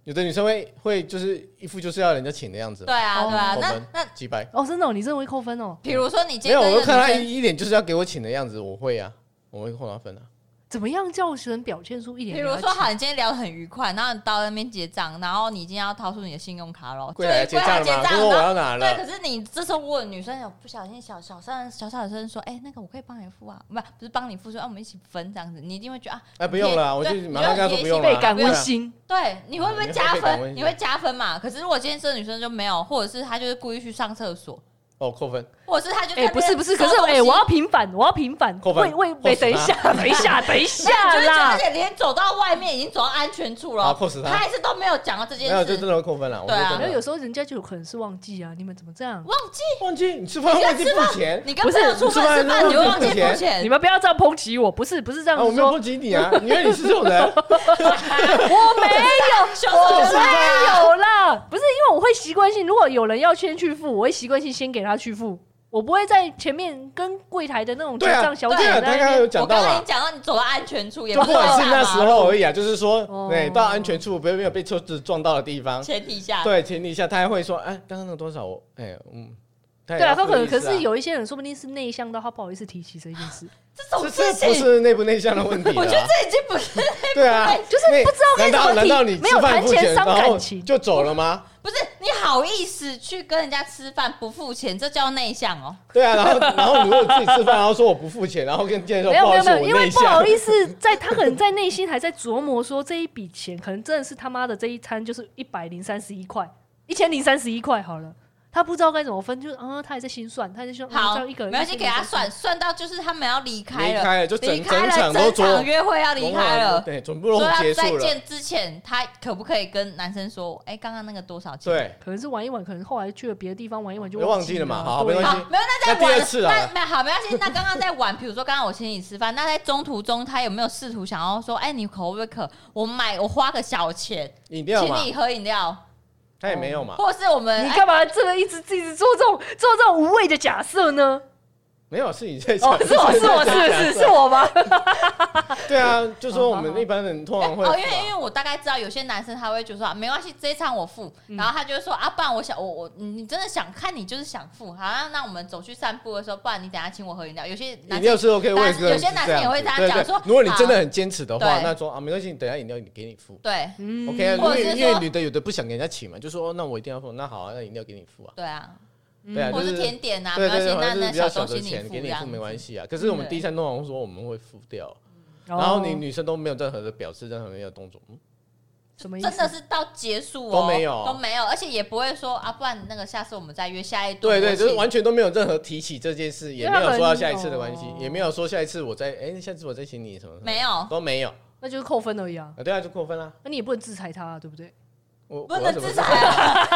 有的女生会会就是一副就是要人家请的样子对嘛，啊，哦对啊。我那们那几百，哦，真的哦、你认为扣分哦？比如说你今没天有，我跟就一看个他女生，一一脸就是要给我请的样子，我会啊，我会扣他分啊。怎么样叫学生表现出一点比了如解？说好，你今天聊得很愉快，然后你到那边结账，然后你今天要掏出你的信用卡喽，柜台对结账柜台嘛，就结账说我然后要哪对，了，可是你这时候问女生有不小心小小三小小声说，哎、那个我可以帮你付啊，不不是帮你付，说啊我们一起分这样子，你一定会觉得啊，哎，不用了，我就对马上跟他说不用倍了。感对温啊馨，对，你会不会嗯加你会被感温分？馨你会加分嘛？可是如果今天这个女生就没有，或者是她就是故意去上厕所，哦，扣分，或者是她就哎、在那不边是不是，可收是东哎、西我要平反，我要平反，扣分喂喂扣喂，死等一他下，等一下，等一那下你就会觉得而啦！且连走到外面已经走到安全处啊了，扣死她她还是都没有讲到这没件有就真事，的会扣分了。我对说然啊真后的有时候人家就有可能是忘记啊，你们怎么这样？忘记忘记你吃饭忘记付钱，你跟不是朋友出门吃饭，你你吃会饭忘忘记记付付钱钱你。们不要这样抨击我，不是不是这样啊，我子没有说，攻击你啊，因为你是这种人，我没有，笑我就是没有啦，不是因为我会习惯性，如果有人要先去付，我会习惯性先给他去付，我不会在前面跟柜台的那种结对啊，账小姐对啊，在他那刚刚边。有讲我到刚刚已了经。讲到你走到安全处，也就不不管是那时大马路候而已啊，就是说哦，对，到安全处不要没有被车子撞到的地方，前提下，对，前提下他还会说，哎，刚刚那个多少我，哎，嗯，对对啊，他可能可是，有一些人，说不定是内向到他不好意思提起这件 <laughs> 事，这种这事这不啊情，是内不内向的问题啦，啊我觉得这已经不是对啊对，就是那不知道该难怎么道难提道你没吃有饭谈付钱钱伤然感后情就走了吗？不是你好意思去跟人家吃饭不付钱，这叫内向哦。对啊，然后然后你如果自己吃饭，然后说我不付钱，然后跟店员没说有啊不好意没有思，没有，我因为内不好向，意思，在他可能在内心还在琢磨说这一笔钱可能真的是他妈的这一餐就是一百零三十一块，一千零三十一块好了，他不知道该怎么分，就是啊、他还在心算，他还在说、嗯、好，这样一个人没关系，先给他算算到就是他们要离开离了，开了就整离开了，整场整都做场约会要离开了。对，准不容说易要结再束了，见之前，他可不可以跟男生说：“哎，刚刚那个多少钱？”，对，可能是玩一玩，可能后来去了别的地方玩一玩就忘记记了嘛好对没关好系，没有那在那第玩二次啊那没有好没关系。那刚刚在玩， <laughs> 比如说刚刚我请你吃饭，那在中途中他有没有试图想要说：“哎，你口不渴？我买我花个小钱，饮料嘛啊请，你喝饮料，他也没有嘛，或者是我们你哎干嘛这个一直一直做这种做这种无谓的假 <laughs> 设呢？没有是你在讲哦，，是我是 <laughs> 我是是是我吗？对啊，就说我们一般人通常会哦，因为因为我大概知道有些男生他会觉得说啊没关系，这一场我付，嗯然后他就会说啊，不然我想我我你你真的想看你就是想付，好，那那我们走去散步的时候，不然你等一下请我喝饮料。有些饮男料生是 OK，我也是哎有些男生也会这样这子样讲说对对如果你真的很坚持的话，对那说啊没关系，你等一下饮料你给你付对嗯，OK 啊，因或者是为说因为女的有的不想给人家请嘛，就说哦那我一定要付，那好啊，那饮料给你付啊，对啊，对啊，或就者是是甜点啊，对没关对系对，，好那像就是那比较小东西的钱给付这你样付子嗯没关。系啊。可是我们第三通常说我们会付掉，哦然后你女生都没有任何的表示，任何没有动作，嗯什么意真思的？是到结束哦，都没有都没有，而且也不会说啊，不然那个下次我们再约下一顿对我对，请。就是完全都没有任何提起这件事，也因为没他有可说要能下一次的关系哦，也没有说下一次我再哎，下次我再请你什么什么没有，都没有啊那就是扣分而已啊，啊，对啊，就扣分啦。那你也不能制裁他、啊，对不对？我不我要能怎么制裁啊。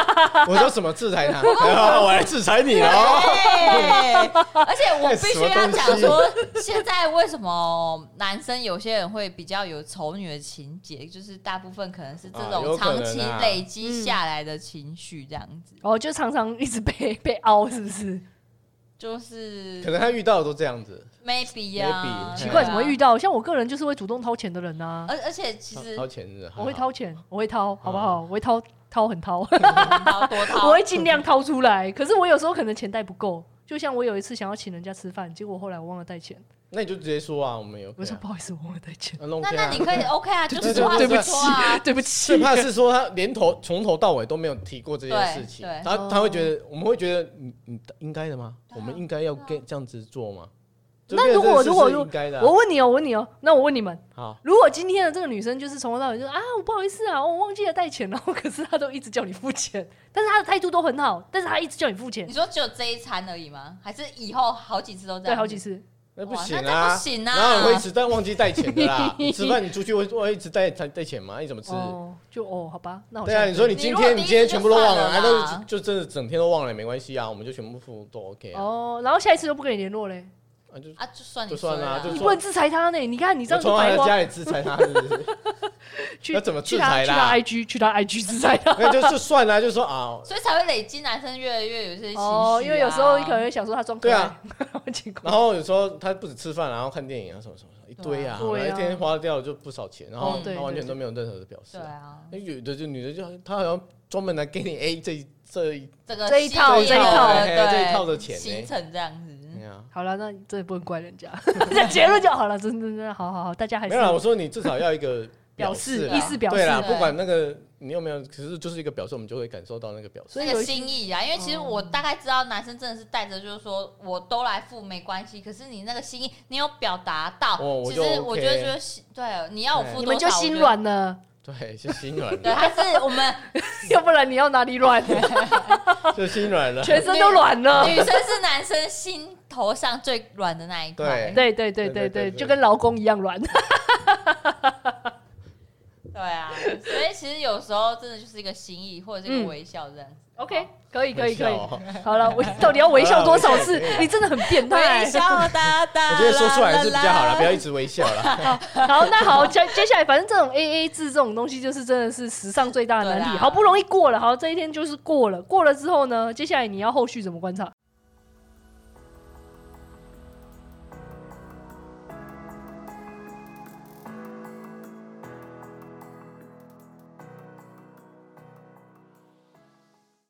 <laughs> 我说什么制裁他？然后我来制裁你哦。对，而且我必须要讲什么说，现在为什么男生有些人会比较有丑女的情节，就是大部分可能是这啊有种可能长啊期累积下来的情绪，这样子，哦，就常常一直被被凹，是不是？就是可能他遇到的都这样子， maybe 啊， maybe，奇对怪，啊怎么会遇到？到？像我个人就是会主动掏钱的人呐、而而且其实掏钱是我会，掏钱，我会掏，好不好？好我会掏，掏很掏，掏多 <laughs> 我掏，会尽量掏出来。可是我有时候可能钱袋不够，就像我有一次想要请人家吃饭，结果后来我忘了带钱，那你就直接说啊，我们有。我说不好意思，我忘了带钱，啊弄那这那样你可以 OK 啊，就对是说啊对就对是说啊，对不起 <laughs> 最。怕是说他连头从头到尾都没有提过这件事情对对，他哦他会觉得我们会觉得你你应该的吗？对啊我们应该要对啊跟这样子做吗？就那变成如果是如果是如应该的啊我，问你哦，我问你哦，那我问你们，好，如果今天的这个女生就是从头到尾就啊，我不好意思啊，我忘记了带钱，然 <laughs> 后可是她都一直叫你付钱，但是她的态度都很好，但是她一直叫你付钱你，说只有这一餐而已吗？还是以后好几次都这对，样？好几。次，那不行哇那这啊，不行啊然后你会一直但忘记带钱的 <laughs> 啦，你吃饭你出去会会一直带带带钱吗？你怎么吃？哦，就哦，好吧，那我对啊，下你次说你你今如果天第你一今天次全就部都算忘了了，啊，都啦是就真的整天都忘了也没关系啊，我们就全部付都 OK 啊，哦，然后下一次就不跟你联络嘞。啊就啊，就算你就算衰啦啦就你说不能制裁他呢？你看你这我样就从他白的花家。里制裁他，是不是？去要怎么制去他裁去啦他 IG 去他 IG 制裁 <laughs> 他。那就是算了，就说啊，所以才会累积男生越来越有这些情绪、啊哦，因为有时候你可能会想说他装可对 <laughs> 爱啊，然后结果然后有时候他不止吃饭，然后看电影啊什么什么什么，一堆啊，对啊然后一天花掉就不少钱，然后哦对他完全对都没有任何的表示对啊。啊，那有的就女的就她好像专门来给你 A 这一这一这个这一套系这列一的套哎对这一套的钱呢行程这样哎子，呀，好了，那你真的不能怪人家， <laughs> 这结论就好了，真的真的好好好，大家还没是有啦，我说你至少要一个 <laughs> 表示示啦意思表对啦，示，对不管那个你有没有，其实就是一个表示，我们就会感受到那个表示。所以那有个一些心意啊，因为其实哦我大概知道男生真的是带着，就是说我都来付没关系，可是你那个心意你有表达到哦，我其就实我 OK 觉得就是对，你要我付你多们少，就心我觉得。软了， <laughs> 对，就心软对，了，他是我们要不然你要哪里软？就心软 <laughs> 了。全身都软了。女生是男生心头上最软的那一块，对对对对对对对对，对就跟劳工一样软。对啊，所以其实有时候真的就是一个心意或者是一个微笑这样子。 <laughs> OK，可以可以可微笑。以哦好了，我到底要微笑多少次可以可？以你真的很变态。哒哒嗯 <laughs> 我觉得说出来是比较好啦，不要一直微笑啦。 <laughs> 好，那好，接接下来反正这种 A A 制这种东西，就是真的是史上最大的难对题。啦好不容易过了，好这一天就是过了，过了之后呢，接下来你要后续怎么观察？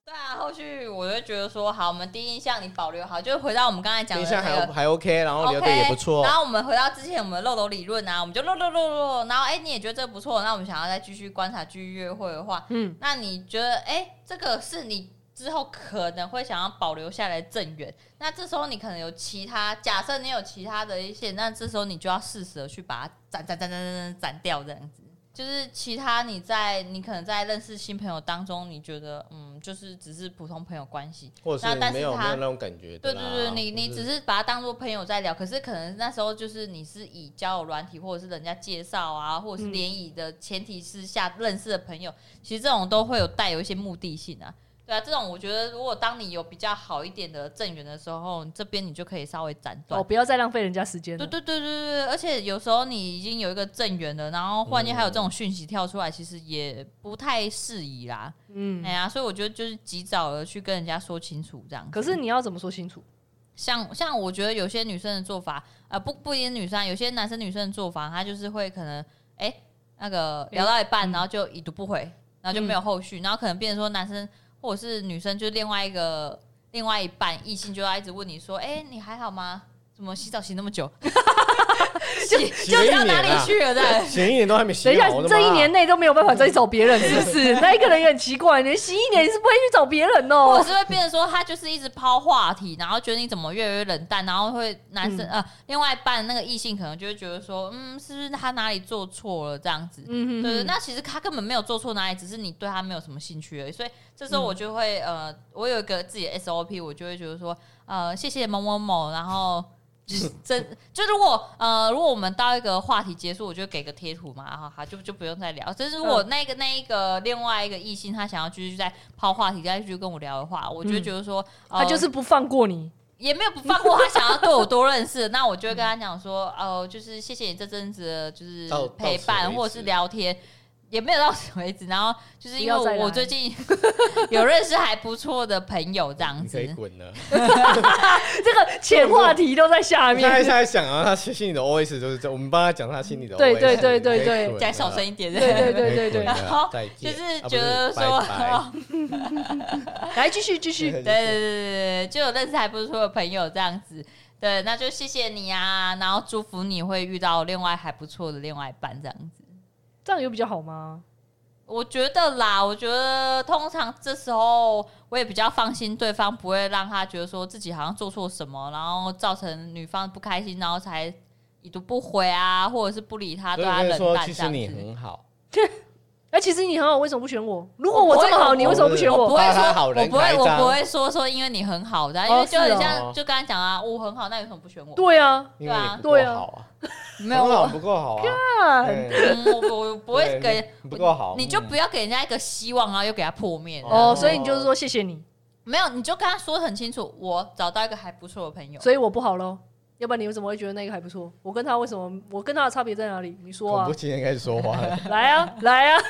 对啊，后续我就觉得说，好，我们第一印象你保留好，就是回到我们刚才讲等一的下那还个。还 OK，然后聊的也不错 OK，然。后我们回到之前我们的漏斗理论啊，我们就漏漏漏漏，然后哎、你也觉得这不错，那我们想要再继续观察、继续约会的话，嗯，那你觉得，哎、这个是你之后可能会想要保留下来的正缘，那这时候你可能有其他，假设你有其他的一些，那这时候你就要适时的去把它斩斩斩斩斩斩斩掉，这样子。就是其他你在你可能在认识新朋友当中，你觉得嗯，就是只是普通朋友关系，或者是那但是没有他没有那种感觉的对啦对对，你你或只是把它当做朋友在聊，可是可能那时候就是你是以交友软体或者是人家介绍啊，或者是嗯联谊的前提之下认识的朋友，其实这种都会有带有一些目的性啊。对啊，这种我觉得，如果当你有比较好一点的正缘的时候，这边你就可以稍微斩断哦，。不要再浪费人家时间对了。对对对对，而且有时候你已经有一个正缘了，然后忽然间还有这嗯种讯息跳出来，其实也不太适宜啦。嗯哎，呀，所以我觉得就是及早的去跟人家说清楚这样子。可是你要怎么说清楚？像像我觉得有些女生的做法，呃，不不一定是女生啊，有些男生女生的做法，他就是会可能，哎、那个聊到一半，然后就已读不回，然后就没有后续，然后可能变成说男生或者是女生，就另外一个另外一半异性就要一直问你说，哎、你还好吗？怎么洗澡洗那么久？ <laughs> 就洗就了一到哪年里啊去了？在是前一年都还没洗等一下好，我，的这一妈年内都没有办法再找别人，是不是？那一个人也很奇怪，你洗一年你是不会去找别人或哦。者是会变成说他就是一直抛话题，然后觉得你怎么越来越冷淡，然后会男生、嗯呃，另外一半那个异性可能就会觉得说，嗯，是不是他哪里做错了这样子？嗯对嗯对，嗯，那其实他根本没有做错哪里，只是你对他没有什么兴趣而已。所以这时候嗯我就会、呃，我有一个自己的 SOP，我就会觉得说，呃，谢谢某某某，然后就是 <laughs> 真就如果呃，如果我们到一个话题结束，我就给个贴图嘛，然后他就就不用再聊。但是嗯如果那个那一个另外一个异性他想要继续再抛话题，再继续跟我聊的话，我就会觉得说，嗯呃他就是不放过你。也没有不放过他想要对我多认识，那我就会跟他讲说，哦、就是谢谢你这阵子的就是到陪到伴此为止或者是聊天，也没有到此为止。然后就是因不要再为来我最近有认识还不错的朋友这样你可以子，滚了。 <laughs> 这个浅话题都在 <laughs> 下他现面。在想啊，他心里的 OS 就是这，我们帮他讲他心里的 OS。嗯对对对对对讲小声一点，对对对对对，然然后后再就见是啊不觉得说，拜拜来继续继 <laughs> 哎续。对对对对对，就有认识还不错的朋友这样子。对，那就谢谢你啊，然后祝福你会遇到另外还不错的另外一半这样子。这样有比较好吗？我觉得啦，我觉得通常这时候我也比较放心，对方不会让他觉得说自己好像做错什么，然后造成女方不开心，然后才已读不回啊，或者是不理他，所对以我他跟你冷说，淡其这实样你子。很好，哎，其实你很好，为什么不选我？如果我这么好，你为什么不选我不我？会怕他说，好我人不会，开我张不会说说，因为你很好的啊，因哦为就很是像，哦就刚才讲啊，我很好，那你为什么不选我？对啊，因为你不对够啊好啊，没有很好我，不够好 <laughs> 啊，看对嗯我 <laughs> 我我不会对给，你不够好，你就嗯不要给人家一个希望，然后又给他破灭。哦，所以你就是说谢谢你，没有，你就跟他说很清楚，我找到一个还不错的朋友。所以我不好喽。要不然你为什么会觉得那个还不错？我跟他为什么？我跟他的差别在哪里？你说恐啊怖，情人开始说话了，来啊，来啊！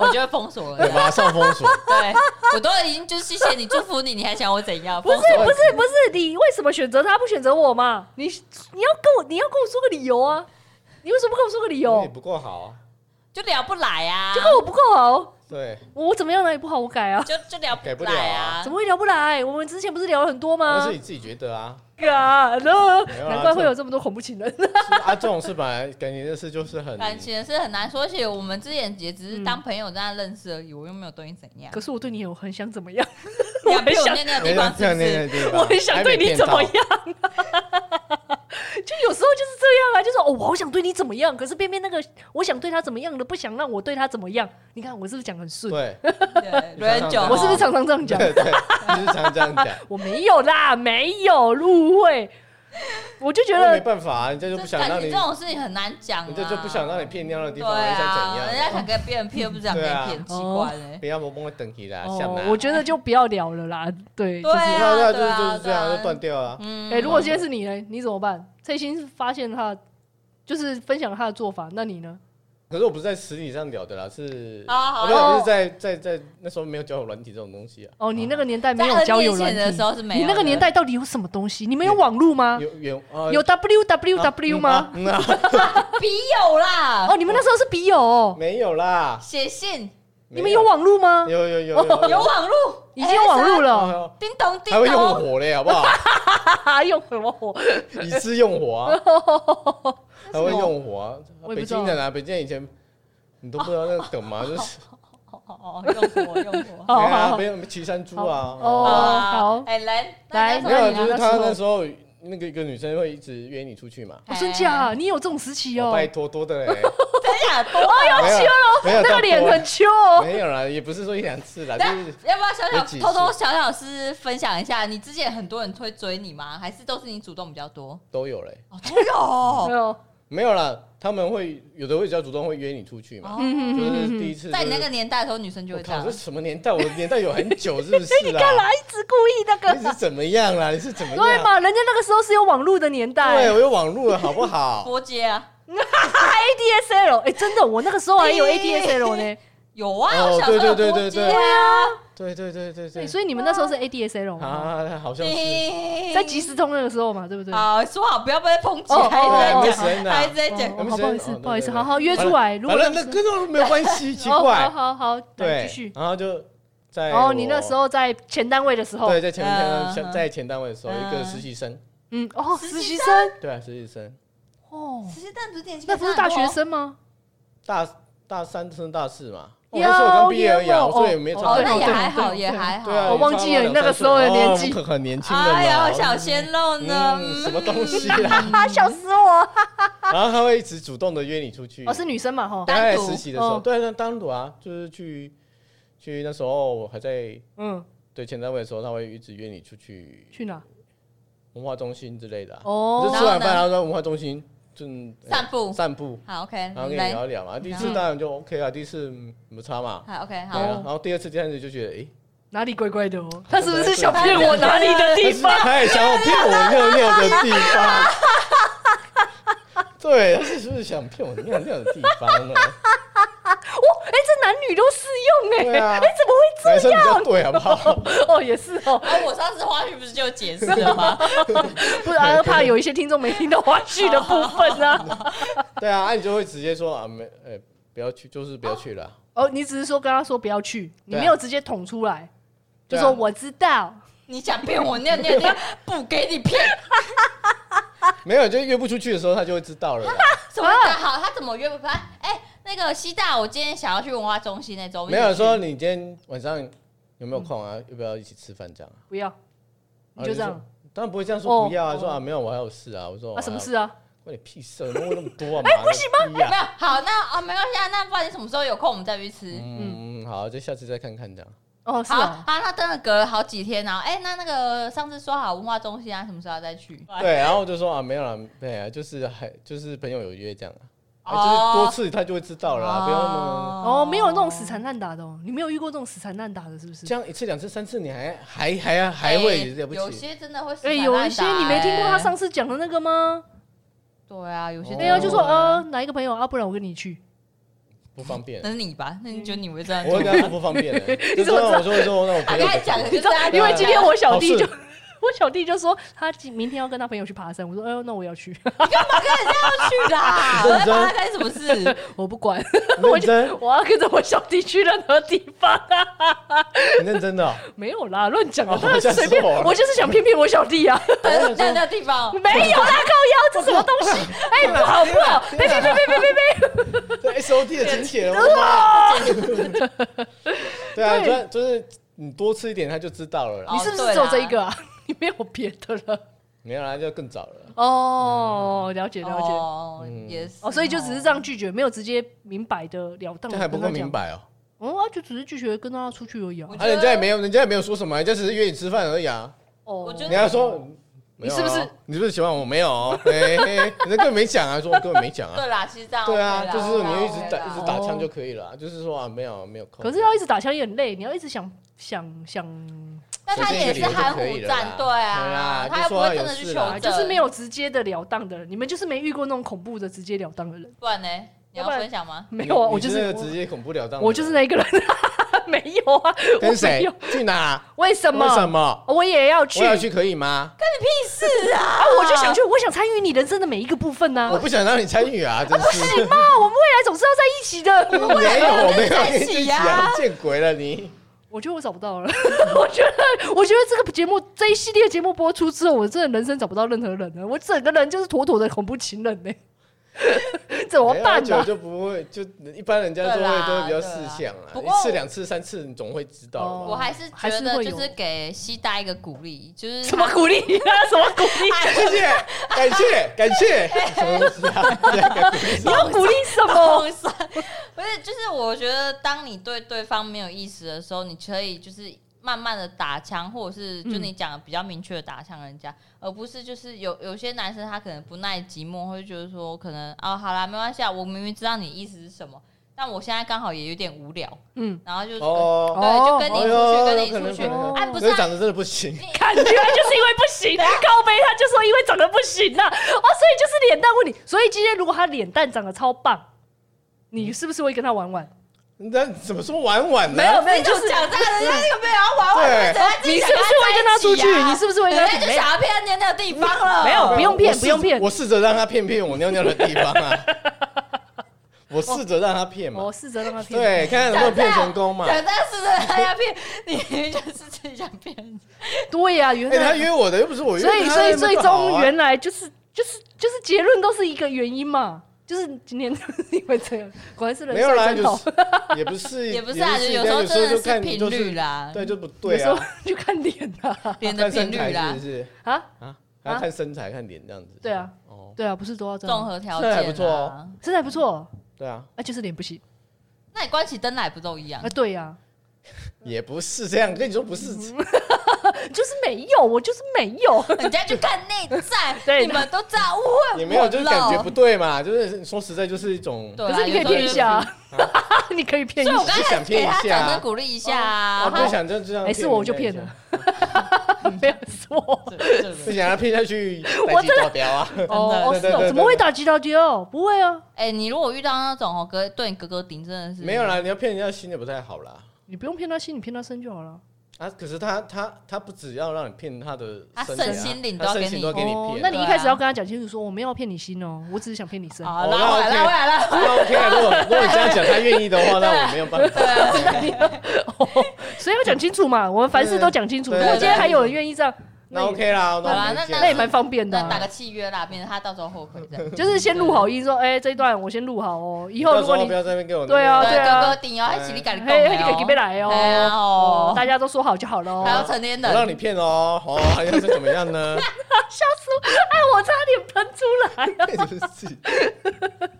我就会封锁了对，。马上封锁。 <laughs> 对我都已经就是谢谢你祝福你，你还想我怎样？不是封锁不是不是，你为什么选择他不选择我嘛？你你要跟我你要跟我说个理由啊！你为什么不跟我说个理有由点？不够好啊。就聊不来啊就，跟我不够好，对，我怎么样哪里不好我改啊？就就聊改不了来啊怎么会聊不来？我们之前不是聊了很多那吗是？你自己觉得啊。啊，没有啊难怪会有这么多恐怖情人。是啊，这种事本来感情的事就是很感情是很难说，而且我们之前也嗯只是当朋友这样认识而已，我又没有对你怎 <laughs> 样可。是我对你有很想怎么样？ <laughs> 我你要很被我想，念念的没地那方么是漂不亮是？的地 <laughs> 我方，很想对你怎么样 <laughs> 啊？就有时候就是这样啊，就是哦，我好想对你怎么样，可是偏偏那个我想对他怎么样的，不想让我对他怎么样。你看我是不是讲很顺？对，对啊你常常轮久，这样我是不是常常这 <laughs> 样讲？对对，就是常这样讲。我没有啦，没有误会。我 <laughs> 就觉那没得办法啊，人家就不这想感让情你这，种事情很难讲啊，人家就不想让你骗尿的地对方，你想啊，怎人样？家想跟别人骗，不想 <laughs> 跟对你啊骗，奇怪嘞。不要懵懵的等起来，啊想哦啦，。我觉得就不要聊了啦。对，对对啊，啊，就对是就啊，是这对样，就啊断。掉了。嗯哎、如果今天是你呢？你怎么办？翠欣发现他就是分享了他的做法，那你呢？可是我不是在实体上聊的啦，是好啊好啊我没有，我是在在在那时候没有交友软体这种东西啊。哦，你那个年代没在有交二友软年前的时体，候是没有你的，那个年代到底有什么东西？你们有网路吗？有有啊有 W W W 吗？嗯啊，笔友啦，哦，你们那时候是笔友哦，没有啦，写信你们有网路吗？有有有有有网路，已经有网路 ASR 了，哎叮咚叮还会用咚，火嘞，好不好？哎哈哈，用什啊么火？以次用火啊，还会用火啊。我也北不知道京人啊，北京人以前你都不知道那个梗嘛，就是哦哦，哦用过用过。好对啊，好好没有骑山猪啊。好哦哦，好哎，来来没有，就是他那那时时候那个一个女生会一直约你出去嘛。哦真假？你有这种时期我哦？拜托多的嘞，真假多？啊没有没有那个脸很秋哦。 <laughs> 没有啦，也不是说一两次哎啦，就但是要不要小有小几次偷偷小小是分享一下？你之前很多人会追你吗？还是都是你主动比较 <laughs> 多？都有嘞。哦，都有没哦。有，没有啦，他们会有的会比较主动，会约你出去嘛。嗯就是第一次，哦在你那个年代的时候，女生就我会这靠，样这。什么年代？我的年代有很久，是不 <laughs> 是啦？哪一直故意那你个是？怎么样啦？你是怎么对样？嘛？人家那个时候是有网路的年代哎对，我有网络了，好不 <laughs> 好？波街啊， ，ADSL，哎，真的，我那个时候还有咦 ADSL 呢。有啊，哦我小时候有对对波对街对啊。对对对对对，对。哎所以你们那时候是 ADSL 吗？啊，好像是咦在即时通那个时候嘛，对不对？好说好，不要被抨击，哦哦哦还在讲， MSN 啊还在讲。哦好不好意思哦对不好意思对对好好约出来如果反正那跟那没有关 <laughs> 系，奇哦怪好。好好，来对继续，。然后就在然后我你那时候在前单位的时候，对，在前面嗯前在前单位的时候，嗯一个实习生，嗯，哦，实实习习生，对啊，实习生，哦，其实但不是年纪，那不是大学。生吗？大大三升大四嘛。我哟那时候我刚毕业而已啊，哟我所以也没哦差哦，很那多。也对还好，对也对还好。对啊，我忘记了你那个时候的年纪哦很很年轻的嘛。哎呀，小鲜肉呢？嗯，什么东西啊？ <laughs> 啊，笑死我！然后他会一直主动的约你出去。哦，是女生嘛，哈，大概单独实习的时候，哦对，那单独啊，就是去去那时候我还在嗯，对前单位的时候，他会一直约你出去去哪？文化中心之类的、啊。哦就吃完饭，然后在文化中心就散步散步，好，OK，然后跟你来聊，一聊嘛。第一然次后当然就 OK 啊，第一次嗯没差嘛。好，OK，对好。啊，然后第二次、第三次就觉得，诶，哪里怪怪的哦？他是不是想骗我哪里的他地是 <laughs> 方？他也想要骗我尿尿的地 <laughs> 方。对，他是不是想骗我尿尿的地 <laughs> 方呢？哇，哎，这男女都适用对哎，啊哎，怎么会男生比较对，好不好？哦，也是哦，哎，我上次花絮不是就解释了吗？ <laughs> 不然怕有一些听众没听到花絮的部分 <laughs> 啊。 <laughs> 对啊，啊你就会直接说啊，没，呃、不要去，就是不要去了啊。哦，你只是说跟他说不要去，你对啊没有直接捅出来，就对啊说我知道。你想骗我尿尿尿，不给你骗，没有，就约不出去的时候，他就会知道 <laughs> 了啦。什么啊的好？他怎么约不翻？哎，那个西大，我今天想要去文化中心那种，没有说你今天晚上有没有空啊？要不要一起吃饭这样啊？不要，嗯你就这啊样。说当然不会这样说不要啊，哦说啊没有，我还有事啊。我说啊，什么事啊？啊？关你屁事啊！你问我那么 <laughs> 多啊？哎，不行吗？没有好，那啊没关系啊，那不然你什么时候有空我们再去吃。嗯，好，就下次再看看这样。哦，是好啊啊，，那真的隔了好几天，然后哎，那那个上次说好文化中心啊，什么时候要再去？对，然后我就说啊没有啦，对啊，就是还就是朋友有约这样啊。啊哦就是多次他就会知道了啦，不要那么哦，没有那种死缠烂打的，哦，你没有遇过这种死缠烂打的，是不是？这样一次两次三次你还还还还会了不有起？些真的会死哎、缠烂打，有一些你没听过他哎上次讲的那个吗？对啊，有些哦对啊，就说呃啊，哪一个朋友啊，不然我跟你去。不方便那，是你吧？那你觉得你会这样我做会跟吗？他说不方便的。就怎么说我说我说那我啊朋你友还怎么讲样的就是他因为今天我小弟就 <laughs> 好事我小弟就说他今明天要跟他朋友去爬山，我说哎呦，那我也要去， <laughs> 去啦！<laughs> 我认在真帮他干什么事？ <laughs> 我不管，我认就真， <laughs> 我要跟着我小弟去任何地方啊， <laughs> 你认真的哦、没有啦，乱讲的，哦当然是 <laughs> 随便，吓死我了我就是想骗骗我小弟啊，等等等等地 <laughs> 方，没有啦，靠腰，这什么东西？哎，不好不好，呸呸呸呸呸呸呸，对 S O D 的情节，我的妈！对啊，对就就是你多吃一点，他就知道了啦。你哦是不是对只有这啦一个啊？ <laughs> 你没有别的了？没有啦，就更早了。哦，了解了解。哦，嗯也是哦，所以就只是这样拒绝，没有直接明白的了当。这还不够明。白哦、哦，啊，就只是拒绝跟他出去而已啊我。啊，人家也没有，人家也没有说什么，人家只是约你吃饭而已啊。哦，我觉得你还说你是不是？没有啊你是不是喜欢我？没有哦，哎，嘿人家根本没讲啊，说我根本没讲啊。对啦，其实这样对啊， OK 啦就是你一直 OK 打啦一直打枪就可以了啊，就是说啊，没有没有空。可是要一直打枪也很累，你要一直想想想，那他也是含糊战队对啊啦，他又不会真的去求啊啊，证，就是没。有直接的了当的人。你们就是没遇过那种恐怖的直截了当的人，不然呢？你要分享吗？没有啊？你我就你是那个直接恐怖了当的人，我就是那一个人， <laughs> 没有啊，我跟没谁有？去哪？为什么？哦为什么？我也要去我要去可以吗？是啊啊！我就想去，我想参与你人生的每一个部分呐。我不想让你参与啊，真是。妈，我们未来总是要在一起的。没有，我没有在一跟你起一起啊啊，见鬼了你！我觉得我找不到了， <laughs> 我觉得我觉得这个节目这一系列节目播出之后，我真的人生找不到任何人了，我整个人就是妥妥的恐怖情人呢、 <laughs> 怎么办啊久呢、就不会，就一般人家都对啦会都会比较识相啊，对啦不一过次两次三次你总会知道哦的我嘛。还是还觉是得会有就是给西大一个鼓励，就是什么鼓励啊？什么鼓励？谢谢，感谢，感谢。什么东西啊？ <laughs> 你要鼓励 <laughs> 什么？梦想，不是，就是我觉得，当你对对方没有意思的时候，你可以就是慢慢的打枪，或者是就你讲的比较明确的打枪人家，而不是就是有有些男生他可能不耐寂寞，或者觉得说可能哦，好啦，没关系啊，我明明知道你意思是什么，但我现在刚好也有点无聊，嗯，然后就是、哦，对，就跟你哎哦出去，有可跟你能出去，有可能哎、不是、那啊长。得真的不行，感觉就是因为不行，高飞他就说因为长得不行呐、哦，所以就是脸蛋问题。所以今天如果他脸蛋长得超棒，你是不是会跟他玩玩？那怎么说婉婉呢？没有，就是讲这个，人家那个没有要玩我，对人家自己你是想不是会跟他出去？在一起啊你是不是会跟人他家就没有想要骗他那个地方了？没有不用骗我试不用骗我试着让他骗骗我尿尿的地方啊， <laughs> 我试着让他骗嘛我，哦试着让他骗。对，看看能不能骗成功嘛。讲这样是的，他要骗你，就是自己想骗人。对呀、原哎，来、他约我的又不是我约所以，他所以的，最那个好终啊原来就是就是就是结论都是一个原因嘛，就是今天 <laughs> 因为这样，果然是人没有啦，帅真就好。是 <laughs> 也不是， <laughs> 也不是啊，就这有样时候有时候真就的是看你频就是率啦，对，就不有对时候 <laughs> 啊，就看脸啊脸的看身频率材啦是不，是啊，啊？啊要看身材，看脸这样子。对啊，哦，对啊，不是都要这综样，合条这还件不错哦。身材不错，对啊，啊，就是脸不行那你关起灯来不都一样 <laughs> 啊，？对呀、也不是这样，跟你说不是，嗯就是没有，我就是没有，人家就看内在， <laughs> 对你们都这样误会我也没有，就是感觉了不对嘛。就是说实在，就是一种对啊可是你可以骗一下、啊， <laughs> 你可以骗一所以我下，刚才给他就想骗一下掌啊声鼓励一下啊，啊。不想就这样。哎是我就骗了，没有 <laughs> <laughs> 说。不他想要骗下 <laughs> 去，我我真的招标啊。哦，哦对是对对哦，对怎么会打击到哦？不会啊，哎，你如果遇到那种哦，哥对你哥哥顶，真的 <laughs> 是没有啦，你要骗人家心也不太好啦。你不用骗他心，你骗他身就好了。啊，可是他他他不只要让你骗他的他身体啊，身心灵都他要给身你心都要给你哦骗。那你一开始要跟他讲清楚，说我没有骗你心哦，我只是想骗你身。啊，哦拉回来，那拉回来，拉回来。那 OK 啊，如果如果你这样讲，他愿意的 <laughs> 话，那啊我没有办法。所以要讲清楚嘛，我们凡事都讲清楚。对如对果今天还有人愿意这样，那也 OK 啦，好啦我们那见那也啦蛮方便的那打啊。个契约啦，免得他到时候后悔这样。就是先录好音，说哎这一段我先录好哦，以后到如时果候你不要在那边给我那对啊边对，哥啊哥顶哦，一起你赶紧嘿嘿，你可以给别来哎呀哦哦，大家都说好就好了哦。<laughs> 还有成年我让人，你骗哦，哦，还要是怎么样 <laughs> 呢？ <laughs> 笑死我！哎，我差点喷出来啊。真是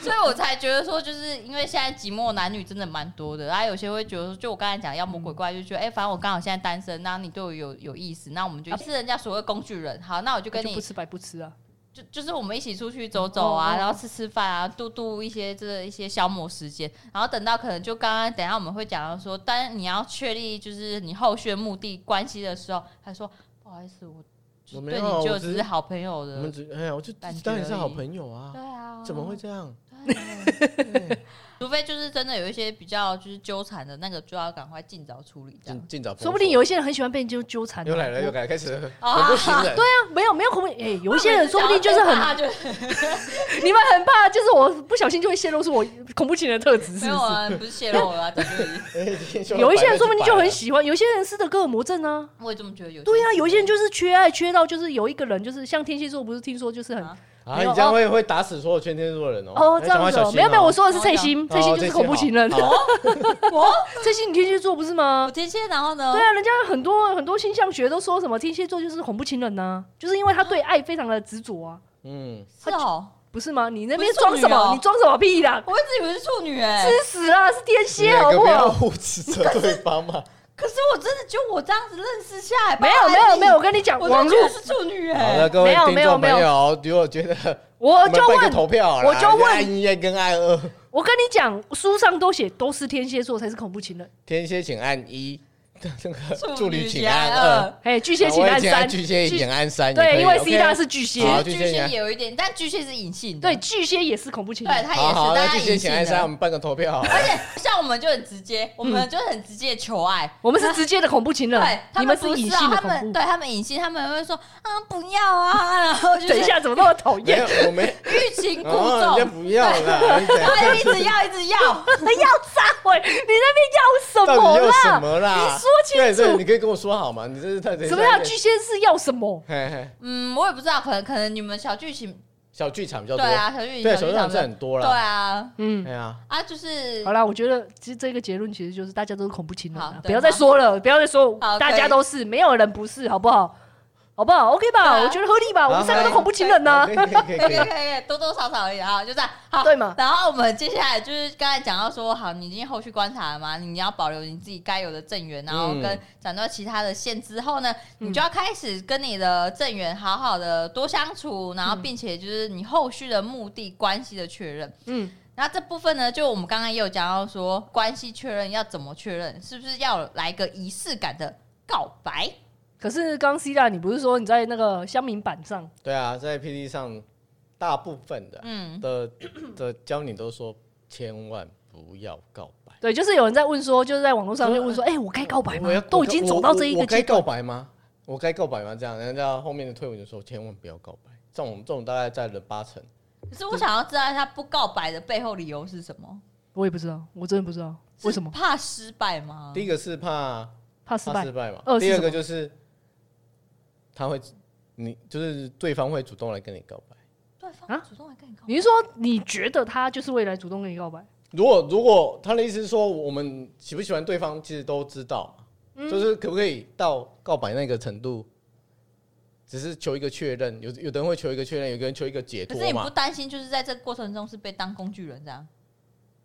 所以我才觉得说，就是因为现在寂寞男女真的蛮多的，然后有些会觉得说，就我刚才讲妖魔鬼怪，就觉得哎、反正我刚好现在单身，那你对我有有意思，那我们啊就、是人家所谓工具人，好，那我就我跟就你不吃白不吃啊！就就是我们一起出去走走嗯啊，哦哦然后吃吃饭啊，度度一些这一些消磨时间。然后等到可能就刚刚等一下我们会讲到说，当你要确立就是你后续的目的关系的时候，他说不好意思，我就我没对有啊你就我只只是是好朋友我们的。只哎呀，我就感觉当你是而已好朋友啊对，啊，怎么会这样？对啊 <laughs> <laughs> 除非就是真的有一些比较就是纠缠的那个，就要赶快尽早处理这样尽。尽早封锁，说不定有一些人很喜欢被人纠纠缠啊。又来了又来了，开 <laughs> 始啊很不行人。对啊，没有没有恐怖，哎、有一些人说不定就是很，<laughs> 怕就你们很怕，就是我不小心就会泄露出我恐怖情人的特质，没是有不是？啊，不是泄露了啊，早就已经 <laughs> 对啊有一些人说不定就很喜欢，有一些人斯德哥尔摩症啊， <laughs> 我也这么觉得有。对啊，有一些人就是缺爱缺到就是有一个人就是像天蝎座，不是听说就是很、啊 <laughs> 啊，没你有这样会会打死所有全天座的人哦。哦你这讲话样子、小哦，心没有没有，我说的是哦蔡心，蔡心就是恐怖情人，哦这些好好 <laughs> <laughs> 蔡心你天蝎座不是吗我？天蝎，然后呢？对啊，人家很多很多星象学都说什么天蝎座就是恐怖情人呐、就是因为他对爱非常的执着啊， <laughs> <laughs> 嗯，是哦，不是吗？你那不边是处装女什么？哦你装什么屁啦？我一直以为是处女哎、吃屎啦，是天蝎好两个不不要好？互指责对方 <laughs> 嘛。可是我真的就我这样子认识下来，哎没有没有没有，我，跟你讲， <laughs> 我网真的络觉得是处女好哎、了，各位没有听没有众朋没友，如果觉得我你们就办一个问，投票啦，我就问爱一爱跟爱二，我跟你讲，书上都写都是天蝎座才是恐怖情人，天蝎请按一，那个处女请请按按二，二，哎，巨蟹啊请我也按三，巨蟹请按三也可以，对，因为 C 大 OK 是巨蟹，好巨巨蟹蟹也有一点，但巨蟹是隐性的，对，巨蟹也是恐怖情对，人，它也好是，好，但那它巨蟹隐请性按三，我的。们办个投票好 <laughs> 了。而且像我们就很直接，我们就很直接求爱，我们是直接的恐怖情对人，，他嗯你们不隐是性的啊，他恐们怖。对他们隐性，他们会说啊不要啊， <laughs> 然后就等一是下，怎么那么讨没厌 <laughs> 有？，我 <laughs> 没，欲擒故哦，人家 <laughs> 纵，不要啦，你怎样他就一 <laughs> 直要一直要，要撒谎，你那边要到什底么要什啦？么啦？你说清对对，楚你可以跟我说好吗？你这是太什么叫巨？蟹是要什么？嘿嘿，嗯，我也不知道，可能可能你们小剧情，小剧场比较对多，啊，小剧情，对，小小剧剧场场是很多对啦。啊，嗯，对啊，啊就是好啦，我觉得其实这个结论其实就是大家都是恐怖情人啊好，对不要再说了，不要再说，好大家可以都是，没有人不是，好不好？好不好？OK 吧？对啊我觉得合理吧？我们好三个都可以恐怖情人啊呐 <laughs> 可以，可以可以可以可可以以，可以，多多少少而已啊，就这样。好，对嘛？然后我们接下来就是刚才讲到说，好，你已经后续观察了嘛，你要保留你自己该有的正缘，然后跟斩断其他的线之后呢，嗯你就要开始跟你的正缘好好的多相处，然后嗯并且就是你后续的目的关系的确认。嗯，那这部分呢，就我们刚刚也有讲到说，关系确认要怎么确认，是不是要来个仪式感的告白？可是刚 C 大，你不是说你在那个乡民版上？对啊，在 PD 上，大部分的嗯，的的教你都说，千万不要告白。对，就是有人在问说，就是在网络上就问说，哎、我该告白吗我要？都已经走到这一我个我该阶告段，白吗？我该告白吗？这样，人家后面的推文就说，千万不要告白。这种这种大概占了八成。可是我想要知道他不告白的背后理由是什么？我也不知道，我真的不知道为什么是怕失败吗？第一个是怕啊怕失怕败失。败嘛二，是第二什个么就是他会，你就是对方会主动来跟你告白。对方啊主动来跟你告白，你是说你觉得他就是未来主动跟你告白？如果如果他的意思是说，我们喜不喜欢对方，其实都知道嘛，嗯就是可不可以到告白那个程度，只是求一个确认。有有的人会求一个确认，有的人求一个解可是脱你不嘛。担心，就是在这个过程中是被当工具人这样？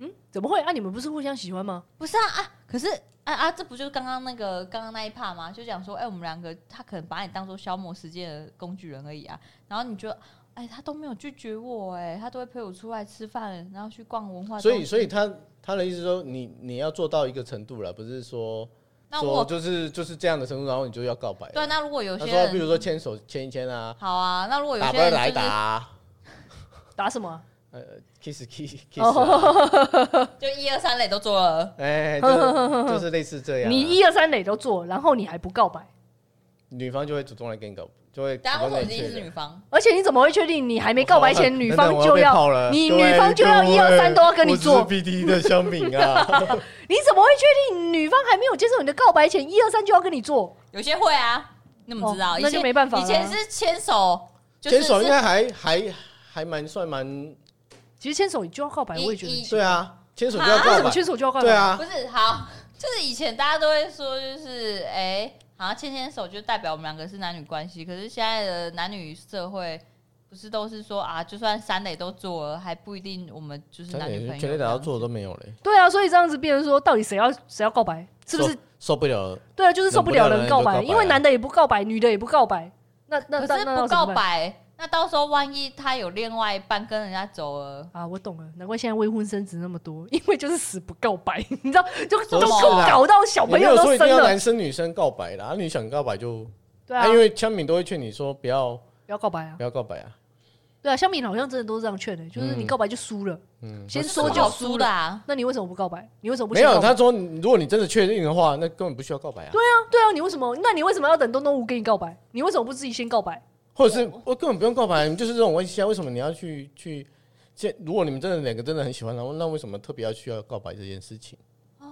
嗯，怎么会？啊，你们不是互相喜欢吗？不是啊啊！可是啊啊，这不就是刚刚那个刚刚那一趴吗？就讲说，哎、我们两个他可能把你当做消磨时间的工具人而已啊。然后你觉得，哎、他都没有拒绝我、哎，他都会陪我出来吃饭，然后去逛文化中所心。以所以他他的意思是说，你你要做到一个程度了，不是说那说我就是就是这样的程度，然后你就要告白了。对，啊那如果有他些说，比如人说牵手牵一牵啊，好啊，那如果有打些不要人来就打、是啊。打什么啊？ kiss <laughs> kiss kiss，啊哦就一二三类都做了， <laughs> 哎，就是就是类似这样啊，你一二三垒都做，然后你还不告白，女方就会主动来跟你告，就会主等下为动来什么一定确是认哦女。方？而且你怎么会确定你还没告白前女方就等等我被泡了你各位女方就要各位一二三都要跟你做我只是 BD 的香饼啊，你怎么会确定女方还没有接受你的告白前一二三就要跟你做？有些会啊，你怎么知道？哦以那就前没办法以了前是牵手， <laughs> 就是牵手是应该还还还蛮算蛮其实牵手你就要告白，一我也觉得一奇对啊，牵手就要怪为告什么白，牵手就要告白？对，啊不，是好，就是以前大家都会说，就是哎、好像牵牵手就代表我们两个是男女关系。可是现在的男女社会，不是都是说啊，就算三垒都做了，还不一定我们就是男女朋友。全力打到做的都没有嘞，对啊，所以这样子变成说，到底谁要谁要告白？是不是？受不了了？对啊，就是受不了人告忍不了白，人就告白啊因为男的也不告白，女的也不告白，那那可那是那要不怎么告办白，那到时候万一他有另外一半跟人家走了，啊，我懂了，难怪现在未婚生子那么多，因为就是死不告白，你知道， <laughs> 就都都是啊搞到小也哦朋没友有说一都定生要了男，哎生女生告白啦，啊，你想告白就，对啊，因为香饼都会劝你说不要不要告白啊，不要告白啊，对啊，香槟好像真的都是这样劝的，就是你嗯告白就输了，嗯先这说么就好输输了的。啊，那你为什么不告白？你为什么不没先有，告白他说你如果你真的确定的话，那根本不需要告白啊，对啊，你为什么？那你为什么要等东东吴跟你告白？你为什么不自己先告白？或者是我根本不用告白，你们就是这种关系啊，为什么你要去去？这如果你们真的两个真的很喜欢，然后那为什么特别要需要告白这件事情？ <laughs>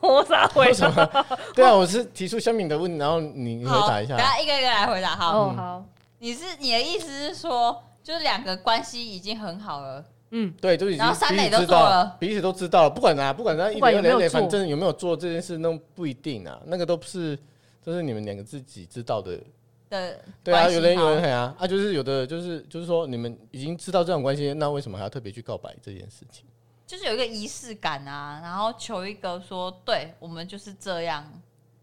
我咋回为什么？对啊，我是提出香敏的问，然后你你回好，答一下等。下一个一个来回答。好，嗯哦，好，你是你的意思是说，就是两个关系已经很好了，嗯，对，就已经然后三彼垒此都知做道了，彼此都知道了，不管啊，不管他一不管垒、有二没垒、有二垒，做反正有没有做这件事，那不一定啊，那个都是都是你们两个自己知道的。的对啊，关系有人好有人很啊，啊，就是有的就是就是说你们已经知道这种关系，那为什么还要特别去告白这件事情？就是有一个仪式感啊，然后求一个说，对我们就是这样，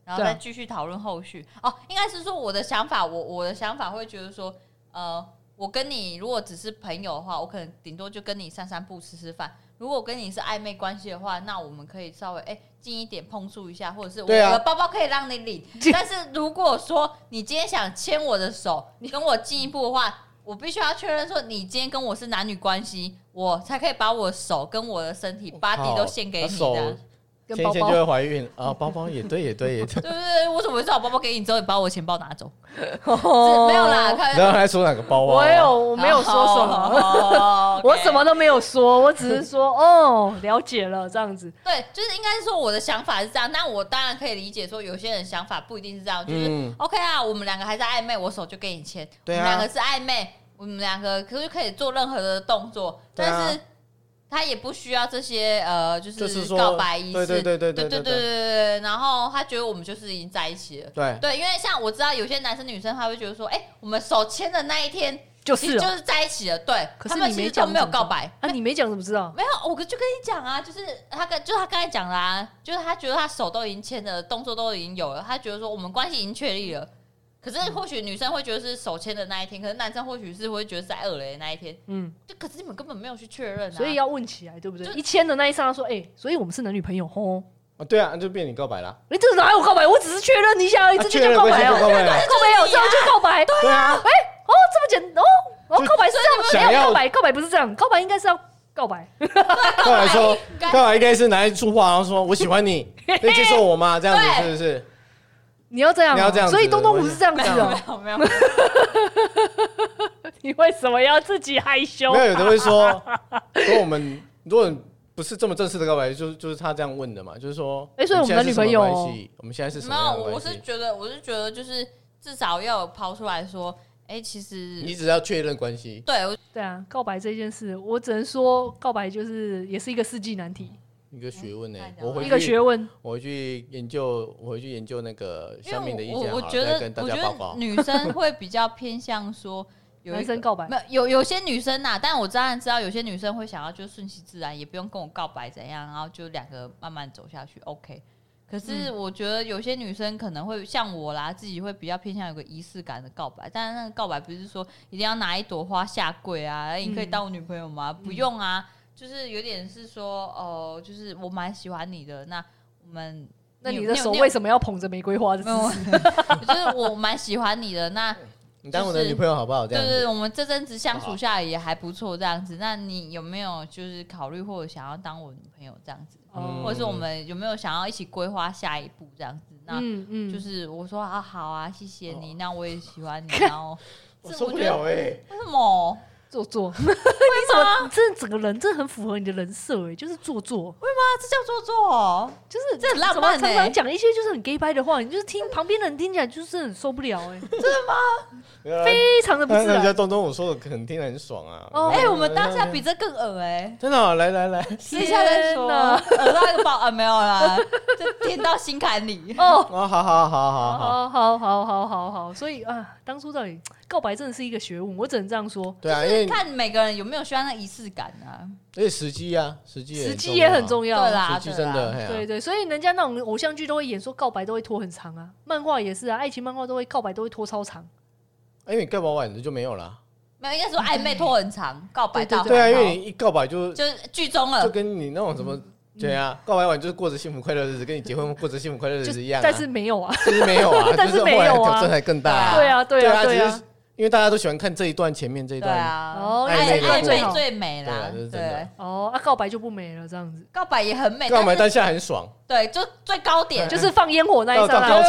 然后对啊再继续讨论后续。哦，应该是说我的想法，我我的想法会觉得说，呃，我跟你如果只是朋友的话，我可能顶多就跟你散散步、吃吃饭。如果我跟你是暧昧关系的话，那我们可以稍微哎近一点碰触一下，或者是我对啊的包包可以让你领。但是如果说你今天想牵我的手，你跟我进一步的话，我必须要确认说你今天跟我是男女关系，我才可以把我手跟我的身体、body 都献给他你手的，跟牵包一牵就会包怀孕啊，包包也对也对也 <laughs> 对，对不对？我怎么会知道我包包给你之后，你把我钱包拿走？哦 <laughs> 没 <laughs> 有啦，开玩然后笑，还说哪个包啊？我有，我没有说什好么，好好我 OK 什么都没有说，我只是说哦，了解了这样子。对，就是应该是说我的想法是这样，但我当然可以理解说有些人想法不一定是这样，就是、嗯 OK 啊，我们两个还在暧昧，我手就给你牵，对啊我们两个是暧昧，我们两个可是可以做任何的动作，对啊但是他也不需要这些呃，就就是是说告白仪式，对对对对对对对对对对然后他觉得我们就是已经在一起了。对，对，因为像我知道有些男生女生，他会觉得说，哎、我们手牵的那一天，就其是实哦就是啊在一起了。对，可他是们你其没实都讲，没有告白，啊，你没讲怎么知 <laughs> 道？没有，我就跟你讲啊，就是他跟，就是他刚才讲啦、啊就是他觉得他手都已经牵了，动作都已经有了，他觉得说我们关系已经确立了。可是或许女生会觉得是手牵的那一天，可是男生或许是会觉得是在二雷的那一天，嗯，就可是你们根本没有去确认、啊，所以要问起来，对不对就？一签的那一刹那说，哎，所以我们是男女朋友吼。啊对啊，就变你告白啦，哎，这哪有告白？我只是确认一下而已，啊这就确认叫告关系白就哦，告白了，告白有就是你啊这样就告白，对 <laughs> 啊，哦，这么简单哦，哦，就告白是这所以样，你们没有要告白，告白不是这样，告白应该是要告白，告白说应该告白应该是拿一束花，然后说我喜欢 <laughs> 你，可以接受我吗？这样子是对不是？你要这样哦，你要这样子所以东东不是这样子没有哦没，有没有，你为什么要自己害羞没？有，有的会说说我们如果不是这么正式的告白，就就是他这样问的嘛，就是说，诶所以我们男女朋友我们现在是什么关系，我们现在是什么没样有，的我关是系？觉得我是觉得就是至少要有抛出来说，哎、其你实只要确认关系，对我对啊，告白这件事，我只能说告白就是也是一个世纪难题，一个学问呢、太屌了我回一个去学问。我回去研究，我回去研究那个因小敏的为意我见我好我了，觉再得跟大我家觉报告得。女生会比较偏向说有一男个生告白没有有有些女生呐、但我当然知道有些女生会想要就顺其自然，也不用跟我告白怎样，然后就两个慢慢走下去，OK。可是嗯我觉得有些女生可能会像我啦，自己会比较偏向有个仪式感的告白，但是那个告白不是说一定要拿一朵花下跪啊，哎你可以当我女朋友吗？嗯不用啊，就是有点是说哦、就是我蛮喜欢你的，那我们那有你的有手有为什么要捧着玫瑰花的没有姿势？，就是我蛮喜欢你的。那你当我的女朋友好不好？这对样对，子，我们这阵子相处下来也还不错，这样子。那你有没有就是考虑或者想要当我女朋友这样子，嗯或者是我们有没有想要一起规划下一步这样子？那嗯嗯，就是是我说啊，好啊，谢谢哦你，那我也喜 <laughs> 欢你。看然后我这受不我觉得了哎、为什么？做作。你怎么你这整个人真的很符合你的人设哎，就是做作，啊，这叫做作哦。就是这很浪怎么漫常欸常讲一些就是很 gay 掰的话，你就是听旁边人听起来就是很受不了哎，对啊非常的不但自是人家然。东东我说的肯定很爽啊。哦哎，我们当下比这更恶哎。真的啊、来来来，私下再说，天哪耳到一个爆啊，没有啦，就听到心坎里。 <laughs> 哦，哦，好好好好好，好好好好好好，所以啊，当初到底告白真的是一个学问，我只能这样说。对啊，因就是为看每个人有没有喜欢那仪式感啊。而且时机啊，时机时机也很重要，对要啦，啊，时机真的，对啦。嘿啊对对，所以人家那种偶像剧都会演说告白都会拖很长啊，漫画也是啊，爱情漫画都会告白都会拖超长。哎因为你告白完你就没有了。啊没有，应该说暧昧拖很长，告白到对啊，因为你一告白就就是剧中就嗯了。跟你那种什么。对啊，告白完就是过着幸福快乐的日子，跟你结婚过着幸福快乐的日就子一样、啊。但是没有啊， <laughs>，就是没有啊但是就没后有啊来挑战还更大、啊对啊对对啊啊，对只啊是，因为大家都喜欢看这一段前面这一对段，啊，哦爱暧昧的暧最昧好最美对啦啊这是，真的对，哦，啊，告白就不美了，这样子，告白也很美，哎告白但当下很爽，是对，就最高点就是放烟火那一哎到刹到那高，潮，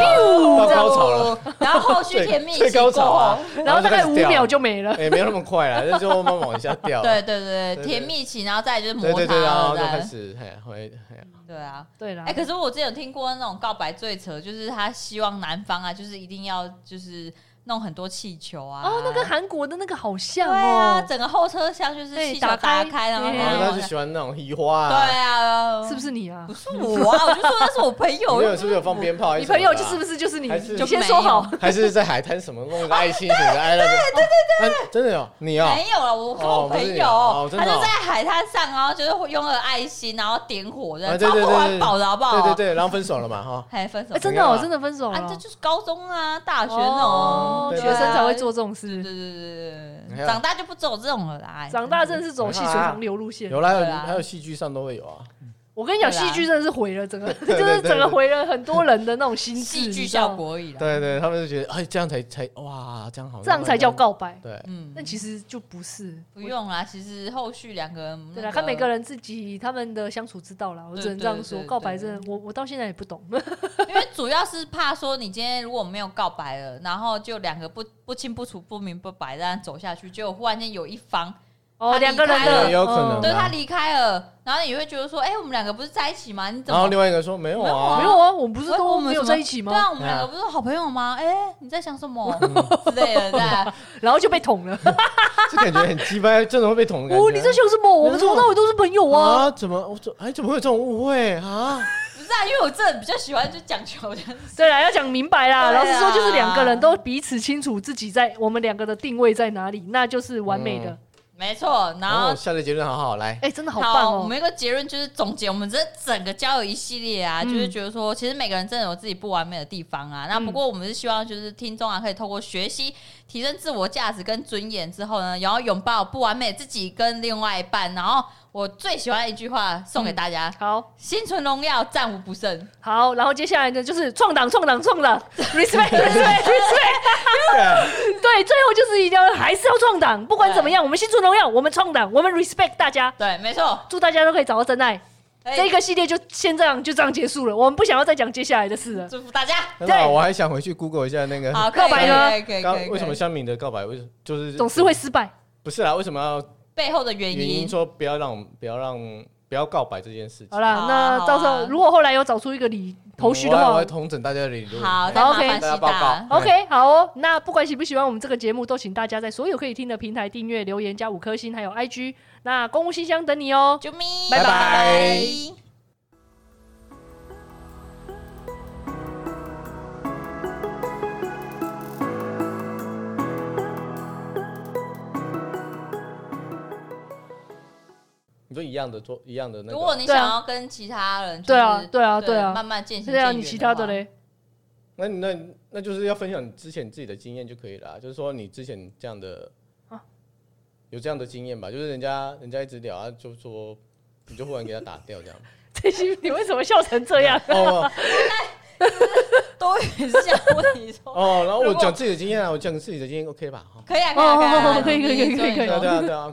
到这样高潮了， <laughs> 然后后续最甜蜜期最高潮过啊后，，哦然后大概就五开始掉秒就没了。哎，没有那么快啦，那就慢慢往下掉，对对对对对甜蜜期，然后再来就是摩对对擦对，然了，后就这开样始，嘿，会，嘿对啊。对啦哎、，可是我之前有听过那种告白最扯，就是他希望男方啊，就是一定要就是弄很多气球啊。哦，那跟韩国的那个好像对啊，哦，整个后车厢就是对气球打打开开，然后对然后啊他就喜欢哦那种移花对啊，啊，是不是你啊不？是我啊？我就说那是我朋 <laughs> 你友朋，友是不是有放鞭炮？还你什么的朋啊友就是不是就是你？还是啊你就先没说好 <laughs> 有，还是在海滩什么弄个爱心什么的，哎，对对对对，啊真的有你哦，没有了，我说我哦不是朋你友，哦真他的哦就在海滩上，然后就是会用了爱心，然后点火的，啊超对对不对环对保的好不好？对对对，然后分手了嘛哈，还分手哎，这真的怎哦，样啊真的分手啊，这了，就是高中啊、大学那种哦，对学啊生才会做这种对事，对对对对没对，有长大就不走这种了啦。哎长大真的是走细水长流路线。有啦，有对啊还有戏剧上都会有啊，我跟你讲，对啦戏剧真的是毁了整个，就对是对整个毁了很多人的那种心智。戏剧你知道效，果而已啦。对对，他们就觉得哎，这样才才哇，这样好，这样才叫告白。对，嗯但其实就不是，不用啦，其实后续两个人、那对啦，啊看每个，人自己他们的相处之道啦，我对只能这样对说。对告白对真的，我我到现在也不懂。 <laughs> <laughs> 因为主要是怕说你今天如果没有告白了，然后就两个不不清不楚、不明不白这样走下去，结果忽然间有一方哦，他离两个人开的嗯了有可能对对啊他离开了，然后你会觉得说，哎、我们两个不是在一起吗？你怎然后么？另外一个说没有啊没，有啊，我们不是我都我们没有什么在一起对吗？啊，我们两个不是好朋友吗？哎、你在想什 <laughs> 么之类的？对啊，然后就被 <laughs> 捅了。这感觉很鸡掰，真的会被捅的感哦，觉。你在想什么？我们从头到尾都是朋友啊。啊？怎么我怎哎怎么会有这种误会啊？不是啊，因为我这比较喜欢就讲求的，对啦，要讲明白啦。对啊老实说，就是两个人都彼此清楚自己在我们两个的定位在哪里，那就是完美的嗯。没错。然后哦，下的结论好好来，哎，真的好棒哦我们。有一个结论就是总结我们这整个交友一系列啊，嗯就是觉得说，其实每个人真的有自己不完美的地方啊。那嗯不过我们是希望就是听众啊，可以透过学习提升自我价值跟尊严之后呢，然后拥抱不完美自己跟另外一半。然后我最喜欢的一句话送嗯给大家：好心存荣耀，战无不胜。好，然后接下来呢，就是创党、创党、创 <laughs> 党，respect、respect、respect。对， <laughs> 最后就是一定要还是要创党，不管怎么样，我们心存荣耀，我们创党，我们 respect 大家，对，没错，祝大家都可以找到真爱。哎这个系列就先这样就这样结束了，我们不想要再讲接下来的事了。哎祝福大家。真的啊，我还想回去 Google 一下那个好，告白呢呢？可以可以刚可以可以为什么香敏的告白为什就是总是会失败。不是啦？为什么要背后的原原因因？说不要让我们不要让不要告白这件事情？好啦，好啊那好啊到时候如果后来有找出一个理呃头绪的我要我话要统整大家的理论。好，哎再麻烦 OK 西大家报达告。 ，OK，好哦。那不管喜不喜欢我们这个节目，都请大家在所有可以听的平台订阅、留言加五颗星，还有 IG。那公务信箱等你哦。啾咪，拜拜拜你说一样的做一样的那如果个，你对想啊要跟其他人，对啊就是对啊对啊慢慢渐行对渐啊，远。你其他的？嘞？ <laughs> 那你那那就是要分享你之前你自己的经验就可以了啊，就是说你之前这样的啊有这样的经验吧，就是人家人家一直聊啊，就说你就忽然给他打掉这样。这些你为什么笑成这样？哦多云下问 <laughs> 你哦说，哦，然后如我果讲自己的经验啊，我讲自己的经验 OK 吧？哈，可以啊，可以啊，哦可以啊，可以可以可以可以对啊对啊对啊。